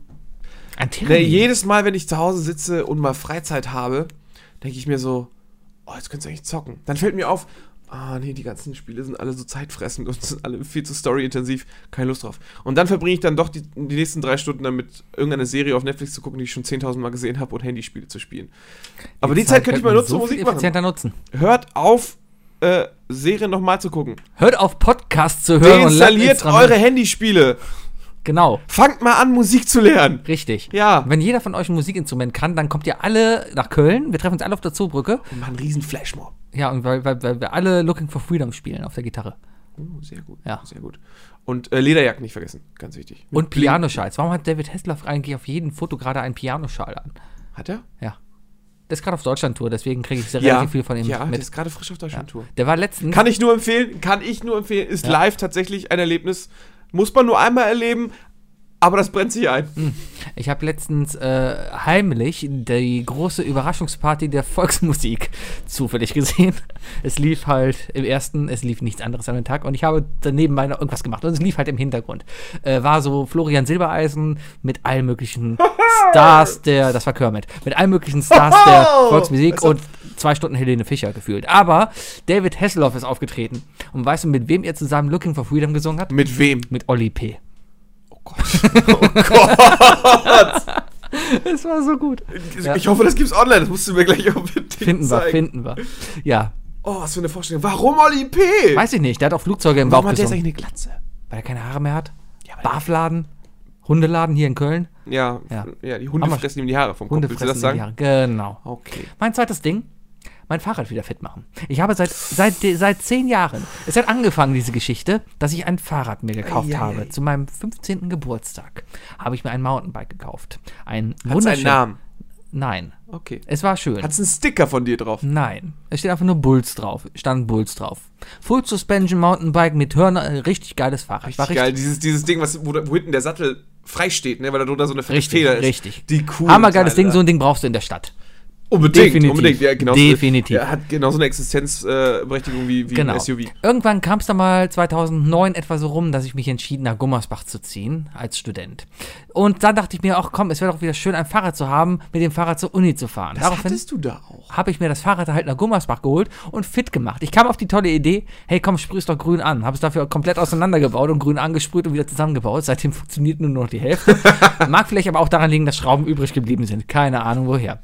Speaker 3: Ein Theorie.
Speaker 2: ne, jedes Mal, wenn ich zu Hause sitze und mal Freizeit habe, denke ich mir so, oh, jetzt könntest du eigentlich zocken. Dann fällt mir auf, ah nee, die ganzen Spiele sind alle so zeitfressend und sind alle viel zu storyintensiv, keine Lust drauf. Und dann verbringe ich dann doch die, die nächsten drei Stunden damit, irgendeine Serie auf Netflix zu gucken, die ich schon 10.000 Mal gesehen habe und Handyspiele zu spielen. Aber die, Zeit könnte ich mal
Speaker 3: man
Speaker 2: nutzen,
Speaker 3: halt so
Speaker 2: um
Speaker 3: viel
Speaker 2: Musik machen.
Speaker 3: effizienter nutzen.
Speaker 2: Hört auf, äh, Serien nochmal zu gucken.
Speaker 3: Hört auf, Podcasts zu hören und lernt
Speaker 2: Deinstalliert
Speaker 3: Instrument.
Speaker 2: eure Handyspiele.
Speaker 3: Genau,
Speaker 2: Fangt mal an, Musik zu lernen.
Speaker 3: richtig.
Speaker 2: Ja.
Speaker 3: Wenn jeder von euch ein Musikinstrument kann, dann kommt ihr alle nach Köln. Wir treffen uns alle auf der Zoobrücke.
Speaker 2: Und mal einen riesen Flashmob.
Speaker 3: Ja, und weil, weil, weil wir alle Looking for Freedom spielen auf der Gitarre.
Speaker 2: Oh, sehr gut.
Speaker 3: Ja.
Speaker 2: Sehr gut. Und äh, Lederjacken nicht vergessen, ganz wichtig.
Speaker 3: Und Pianoschals. Warum hat David Hasselhoff eigentlich auf jedem Foto gerade einen Pianoschal an?
Speaker 2: Hat er?
Speaker 3: Ja. Der ist gerade auf Deutschlandtour, deswegen kriege ich sehr
Speaker 2: Ja.
Speaker 3: relativ viel von ihm
Speaker 2: ja, der
Speaker 3: mit.
Speaker 2: ist gerade frisch auf
Speaker 3: Ja.
Speaker 2: Deutschland Tour.
Speaker 3: Der war letztens.
Speaker 2: Kann ich nur empfehlen, kann ich nur empfehlen. Ist live tatsächlich ein Erlebnis. Muss man nur einmal erleben, aber das brennt sich ein.
Speaker 3: Mhm. Ich habe letztens äh, heimlich die große Überraschungsparty der Volksmusik zufällig gesehen. Es lief halt im ersten, es lief nichts anderes an dem Tag und ich habe daneben meiner irgendwas gemacht und es lief halt im Hintergrund. Äh, war so Florian Silbereisen mit allen möglichen Stars der, das war Kermit, mit allen möglichen Stars der Volksmusik und zwei Stunden Helene Fischer gefühlt. Aber David Hasselhoff ist aufgetreten und weißt du, mit wem er zusammen Looking for Freedom gesungen hat?
Speaker 2: Mit wem?
Speaker 3: Mit Oli P.
Speaker 2: Oh Gott.
Speaker 3: Das war so gut. Ja.
Speaker 2: Ich hoffe, das gibt's online. Das musst du mir gleich auch mit
Speaker 3: Finden wir, finden wir. Ja,
Speaker 2: Oh, was für eine Vorstellung. Warum Oli P?
Speaker 3: Weiß ich nicht, der hat auch Flugzeuge im Bauch
Speaker 2: Warum hat der jetzt
Speaker 3: gesungen.
Speaker 2: eigentlich eine Glatze?
Speaker 3: Weil er keine Haare mehr hat.
Speaker 2: Ja, aber-
Speaker 3: Barfladen, Hundeladen hier in Köln.
Speaker 2: Ja,
Speaker 3: Ja.
Speaker 2: ja. die Hunde
Speaker 3: Aber-
Speaker 2: fressen ihm die Haare vom Kopf.
Speaker 3: Hunde
Speaker 2: Willst du das
Speaker 3: fressen
Speaker 2: sagen? Oh.
Speaker 3: die Haare. Genau.
Speaker 2: Okay.
Speaker 3: Mein zweites Ding, mein Fahrrad wieder fit machen. Ich habe seit, seit, seit zehn Jahren, es hat angefangen, diese Geschichte, dass ich ein Fahrrad mir gekauft
Speaker 2: Ei, ei,
Speaker 3: habe.
Speaker 2: ei.
Speaker 3: Zu meinem 15. Geburtstag habe ich mir ein Mountainbike gekauft. Ein
Speaker 2: Hat's einen
Speaker 3: wunderschön-
Speaker 2: Namen?
Speaker 3: Nein.
Speaker 2: Okay.
Speaker 3: Es war schön.
Speaker 2: Hat's einen Sticker von dir drauf?
Speaker 3: Nein, es steht einfach nur Bulls drauf. Stand Bulls drauf. Full Suspension Mountainbike mit Hörner, äh, richtig geiles Fahrrad.
Speaker 2: Richtig geil. Dieses, dieses Ding, was, wo, da- wo hinten der Sattel frei steht, ne? weil da drunter so eine fette
Speaker 3: Richtig,
Speaker 2: Feder ist.
Speaker 3: richtig.
Speaker 2: Die cool.
Speaker 3: Hammergeiles Ding, so ein Ding brauchst du in der Stadt.
Speaker 2: Unbedingt,
Speaker 3: Definitiv.
Speaker 2: unbedingt. Ja, genau
Speaker 3: Definitiv.
Speaker 2: Er hat genauso eine Existenzberechtigung äh, Berechtigung wie, wie
Speaker 3: Genau.
Speaker 2: ein SUV.
Speaker 3: Irgendwann kam es dann mal 2009 etwa so rum, dass ich mich entschied, nach Gummersbach zu ziehen, als Student. Und dann dachte ich mir auch, komm, es wäre doch wieder schön, ein Fahrrad zu haben, mit dem Fahrrad zur Uni zu fahren. Daraufhin
Speaker 2: du da auch?
Speaker 3: habe ich mir das Fahrrad halt nach Gummersbach geholt und fit gemacht. Ich kam auf die tolle Idee, hey komm, sprüh's doch grün an. Habe es dafür komplett auseinandergebaut und grün angesprüht und wieder zusammengebaut. Seitdem funktioniert nur noch die Hälfte. Mag vielleicht aber auch daran liegen, dass Schrauben übrig geblieben sind. Keine Ahnung woher.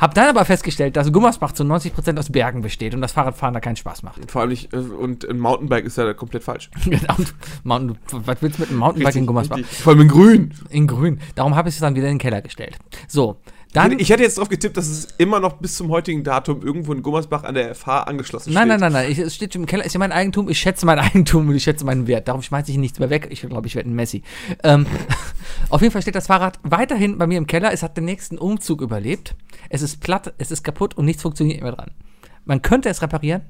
Speaker 3: Hab dann aber festgestellt, dass Gummersbach zu 90% aus Bergen besteht und das Fahrradfahren da keinen Spaß macht.
Speaker 2: Vor allem nicht, äh, und ein Mountainbike ist ja komplett falsch.
Speaker 3: Genau. Mountain, was willst du mit einem Mountainbike in Gummersbach?
Speaker 2: richtig. Vor allem in grün.
Speaker 3: In grün. Darum habe ich es dann wieder in den Keller gestellt. So, dann...
Speaker 2: Ich hätte jetzt drauf getippt, dass es immer noch bis zum heutigen Datum irgendwo in Gummersbach an der FH angeschlossen
Speaker 3: Nein, nein,
Speaker 2: steht.
Speaker 3: nein, nein. Ich, es steht schon im Keller. Ist ja mein Eigentum. Ich schätze mein Eigentum und ich schätze meinen Wert. Darum schmeiße ich nichts mehr weg. Ich glaube, ich werde ein Messi. Ähm, auf jeden Fall steht das Fahrrad weiterhin bei mir im Keller. Es hat den nächsten Umzug überlebt. Es ist platt, es ist kaputt und nichts funktioniert mehr dran. Man könnte es reparieren,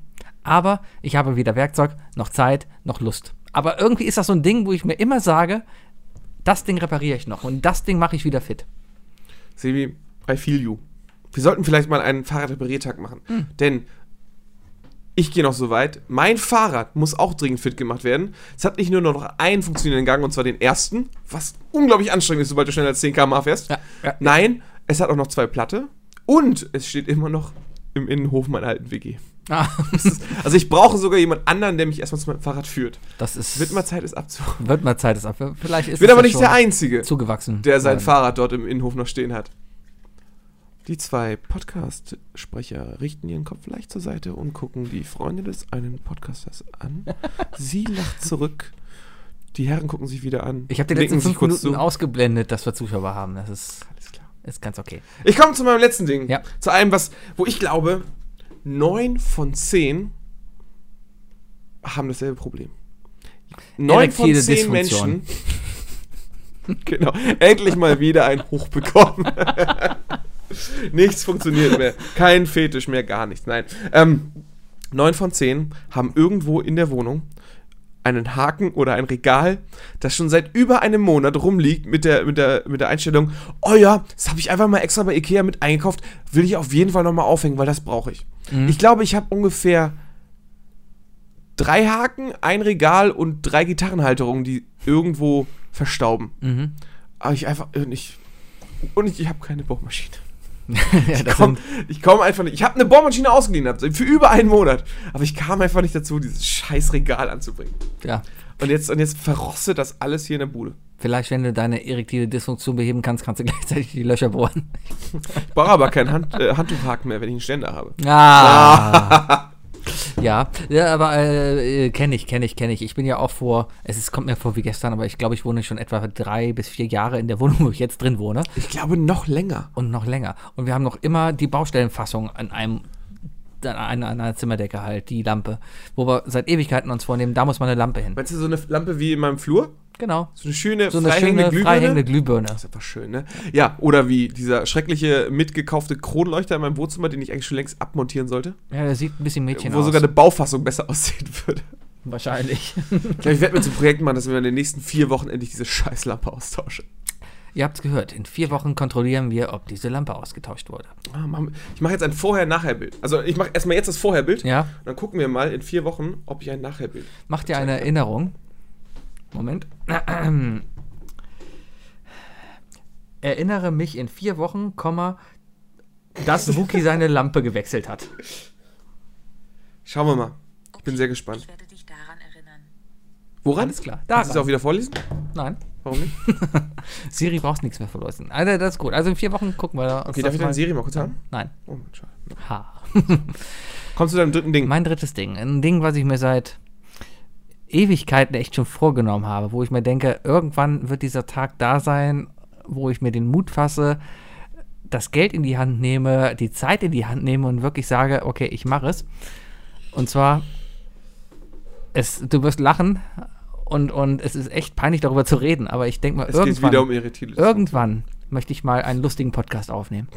Speaker 3: aber ich habe weder Werkzeug, noch Zeit, noch Lust. Aber irgendwie ist das so ein Ding, wo ich mir immer sage, das Ding repariere ich noch und das Ding mache ich wieder fit.
Speaker 2: Sebi, I feel you. Wir sollten vielleicht mal einen Fahrradrepariertag machen.
Speaker 3: Hm.
Speaker 2: Denn ich gehe noch so weit, mein Fahrrad muss auch dringend fit gemacht werden. Es hat nicht nur noch einen funktionierenden Gang, und zwar den ersten, was unglaublich anstrengend ist, sobald du schneller als 10 km/h fährst.
Speaker 3: Ja, ja.
Speaker 2: Nein, es hat auch noch zwei Platte und es steht immer noch im Innenhof meiner alten WG.
Speaker 3: Ah,
Speaker 2: Also ich brauche sogar jemand anderen, der mich erstmal zu meinem Fahrrad führt.
Speaker 3: das ist.
Speaker 2: Wird mal Zeit, es abzuholen.
Speaker 3: wird mal Zeit, ist ab. Vielleicht ist
Speaker 2: Ich bin
Speaker 3: es
Speaker 2: aber
Speaker 3: ja
Speaker 2: nicht der
Speaker 3: schon
Speaker 2: Einzige
Speaker 3: zugewachsen.
Speaker 2: der sein
Speaker 3: Ähm,
Speaker 2: Fahrrad dort im Innenhof noch stehen hat. Die zwei Podcast-Sprecher richten ihren Kopf leicht zur Seite und gucken die Freunde des einen Podcasters an. Sie lacht zurück. Die Herren gucken sich wieder an.
Speaker 3: Ich habe die
Speaker 2: nicken
Speaker 3: letzten
Speaker 2: sich
Speaker 3: fünf
Speaker 2: kurz
Speaker 3: Minuten ausgeblendet, dass wir Zuschauer haben. Das ist,
Speaker 2: Alles klar.
Speaker 3: ist ganz okay.
Speaker 2: Ich komme zu meinem letzten Ding.
Speaker 3: Ja.
Speaker 2: Zu einem, was, wo ich glaube, neun von zehn haben dasselbe Problem. Neun von
Speaker 3: Erektile
Speaker 2: zehn
Speaker 3: Dysfunktion.
Speaker 2: Menschen. genau. Endlich mal wieder ein Hoch bekommen. nichts funktioniert mehr. Kein Fetisch mehr, gar nichts. Nein. Ähm, neun von zehn haben irgendwo in der Wohnung einen Haken oder ein Regal, das schon seit über einem Monat rumliegt mit der, mit der, mit der Einstellung, oh ja, das habe ich einfach mal extra bei Ikea mit eingekauft, will ich auf jeden Fall nochmal aufhängen, weil das brauche ich. Ich glaube, ich habe ungefähr drei Haken, ein Regal und drei Gitarrenhalterungen, die irgendwo
Speaker 3: Mhm.
Speaker 2: äh, verstauben. Aber ich einfach, und ich, und ich, ich habe keine Bohrmaschine.
Speaker 3: ja,
Speaker 2: Ich
Speaker 3: das
Speaker 2: komme
Speaker 3: sind,
Speaker 2: komm einfach nicht. Ich habe eine Bohrmaschine ausgeliehen, hab, für über einen Monat. Aber ich kam einfach nicht dazu, dieses scheiß Regal anzubringen.
Speaker 3: ja.
Speaker 2: Und jetzt, und jetzt verrostet das alles hier in der Bude.
Speaker 3: Vielleicht, wenn du deine erektile Dysfunktion beheben kannst, kannst du gleichzeitig die Löcher bohren.
Speaker 2: Ich brauche aber keinen Hand, äh, Handtuchhaken mehr, wenn ich einen Ständer habe.
Speaker 3: Ah. ja. ja, aber äh, kenne ich, kenne ich, kenne ich. Ich bin ja auch vor, es ist, kommt mir vor wie gestern, aber ich glaube, ich wohne schon etwa drei bis vier Jahre in der Wohnung, wo ich jetzt drin wohne.
Speaker 2: Ich glaube, noch länger.
Speaker 3: und noch länger. Und wir haben noch immer die Baustellenfassung an einem an einer- an einer Zimmerdecke halt, die Lampe, wo wir seit Ewigkeiten uns vornehmen, da muss mal eine Lampe hin.
Speaker 2: Meinst du so eine Lampe wie in meinem Flur?
Speaker 3: Genau.
Speaker 2: So eine schöne,
Speaker 3: So eine
Speaker 2: freihängende
Speaker 3: schöne
Speaker 2: Glühbirne?
Speaker 3: freihängende Glühbirne.
Speaker 2: Das ist einfach schön, ne? Ja, oder wie dieser schreckliche, mitgekaufte Kronleuchter in meinem Wohnzimmer, den ich eigentlich schon längst abmontieren sollte.
Speaker 3: Ja, das sieht ein bisschen Mädchen
Speaker 2: wo
Speaker 3: aus.
Speaker 2: sogar eine Baufassung besser aussehen würde.
Speaker 3: Wahrscheinlich.
Speaker 2: Ich glaube, ich werde mir zum Projekt machen, dass wir in den nächsten vier Wochen endlich diese Scheißlampe austauschen.
Speaker 3: Ihr habt's gehört, in vier Wochen kontrollieren wir, ob diese Lampe ausgetauscht wurde.
Speaker 2: Ah, machen wir- Ich mache jetzt ein Vorher-Nachher-Bild. Also ich mache erstmal jetzt das Vorher-Bild.
Speaker 3: Ja,
Speaker 2: Und dann gucken wir mal in vier Wochen, ob ich ein Nachher-Bild.
Speaker 3: mach dir eine Erinnerung. Moment. Erinnere mich in vier Wochen, Komma, dass Wookie seine Lampe gewechselt hat.
Speaker 2: Schauen wir mal. Ich bin sehr gespannt.
Speaker 5: Ich werde dich daran erinnern.
Speaker 2: Woran?
Speaker 3: Alles klar.
Speaker 2: Kannst du es
Speaker 3: daran.
Speaker 2: auch wieder vorlesen?
Speaker 3: Nein.
Speaker 2: Warum nicht?
Speaker 3: Siri brauchst nichts mehr verloren. Also, das ist gut. Also in vier Wochen gucken wir da uns
Speaker 2: Okay,
Speaker 3: das
Speaker 2: darf ich
Speaker 3: mal-
Speaker 2: deine Serie mal kurz haben?
Speaker 3: Nein.
Speaker 2: Oh, Mann, schade.
Speaker 3: Ha.
Speaker 2: Kommst du zu deinem dritten Ding?
Speaker 3: mein drittes Ding. Ein Ding, was ich mir seit Ewigkeiten echt schon vorgenommen habe, wo ich mir denke, irgendwann wird dieser Tag da sein, wo ich mir den Mut fasse, das Geld in die Hand nehme, die Zeit in die Hand nehme und wirklich sage, okay, ich mache es. Und zwar, es, du wirst lachen und, und es ist echt peinlich darüber zu reden, aber ich denke mal,
Speaker 2: es geht
Speaker 3: irgendwann.
Speaker 2: wieder um Irritilis.
Speaker 3: Irgendwann möchte ich mal einen lustigen Podcast aufnehmen.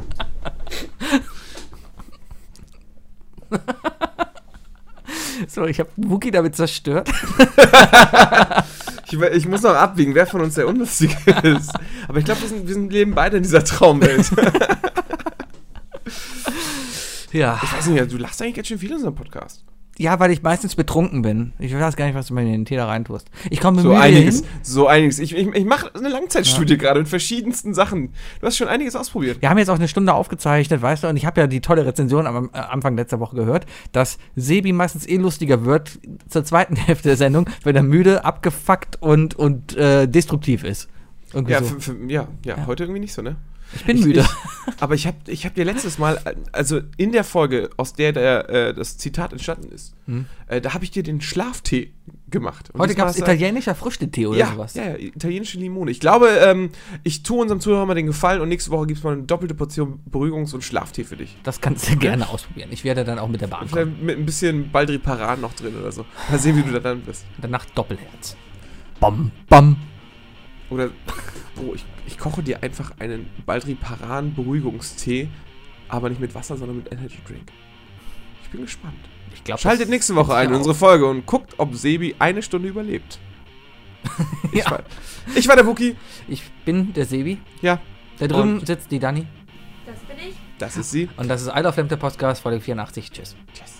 Speaker 3: So, ich habe Wookie damit zerstört.
Speaker 2: Ich, ich muss noch abwiegen, wer von uns der Unlustige ist. Aber ich glaube, wir, sind- wir sind- leben beide in dieser Traumwelt.
Speaker 3: Ja.
Speaker 2: Ich weiß nicht, du lachst eigentlich ganz schön viel in unserem Podcast.
Speaker 3: Ja, weil ich meistens betrunken bin. Ich weiß gar nicht, was du mir in den Tee da reintust. Ich komme
Speaker 2: So
Speaker 3: müde
Speaker 2: einiges,
Speaker 3: hin.
Speaker 2: so einiges. Ich, ich, ich mache eine Langzeitstudie gerade mit verschiedensten Sachen. Du hast schon einiges ausprobiert.
Speaker 3: Wir haben jetzt auch eine Stunde aufgezeichnet, weißt du, und ich habe ja die tolle Rezension am äh, Anfang letzter Woche gehört, dass Sebi meistens eh lustiger wird zur zweiten Hälfte der Sendung, wenn er müde, abgefuckt und, und äh, destruktiv ist. Irgendwie
Speaker 2: Ja,
Speaker 3: so.
Speaker 2: für, für, ja, ja, heute irgendwie nicht so, ne?
Speaker 3: Ich bin müde.
Speaker 2: Ich, aber ich habe ich hab dir letztes Mal, äh, also in der Folge, aus der, der äh, das Zitat entstanden ist, äh, da habe ich dir den Schlaftee gemacht. Und
Speaker 3: Hm. Heute
Speaker 2: diesmal
Speaker 3: gab es
Speaker 2: hast du-
Speaker 3: italienischer Früchtetee oder
Speaker 2: ja,
Speaker 3: sowas.
Speaker 2: ja, ja, italienische Limone. Ich glaube, ähm, ich tue unserem Zuhörer mal den Gefallen und nächste Woche gibt es mal eine doppelte Portion Beruhigungs- und Schlaftee für dich.
Speaker 3: Das kannst du gerne ausprobieren. Ich werde dann auch mit der Bahn kommen.
Speaker 2: Vielleicht mit ein bisschen Baldriparan noch drin oder so. Mal sehen, wie du da dann bist.
Speaker 3: Danach Doppelherz. Bam, bam.
Speaker 2: Oder, oh, ich, ich koche dir einfach einen Baldriparan-Beruhigungstee, aber nicht mit Wasser, sondern mit Energy Drink. Ich bin gespannt.
Speaker 3: Ich glaub,
Speaker 2: Schaltet
Speaker 3: das-
Speaker 2: nächste Woche ein in unsere Folge und guckt, ob Sebi eine Stunde überlebt. Ich,
Speaker 3: Ja.
Speaker 2: war, ich war der Wookie.
Speaker 3: Ich bin der Sebi.
Speaker 2: Ja,
Speaker 3: Da drüben
Speaker 2: Und-
Speaker 3: sitzt die Dani.
Speaker 5: Das bin ich.
Speaker 2: das ist sie.
Speaker 3: Und das ist I Love Lamp, der Podcast, Folge 84. Tschüss.
Speaker 2: Tschüss.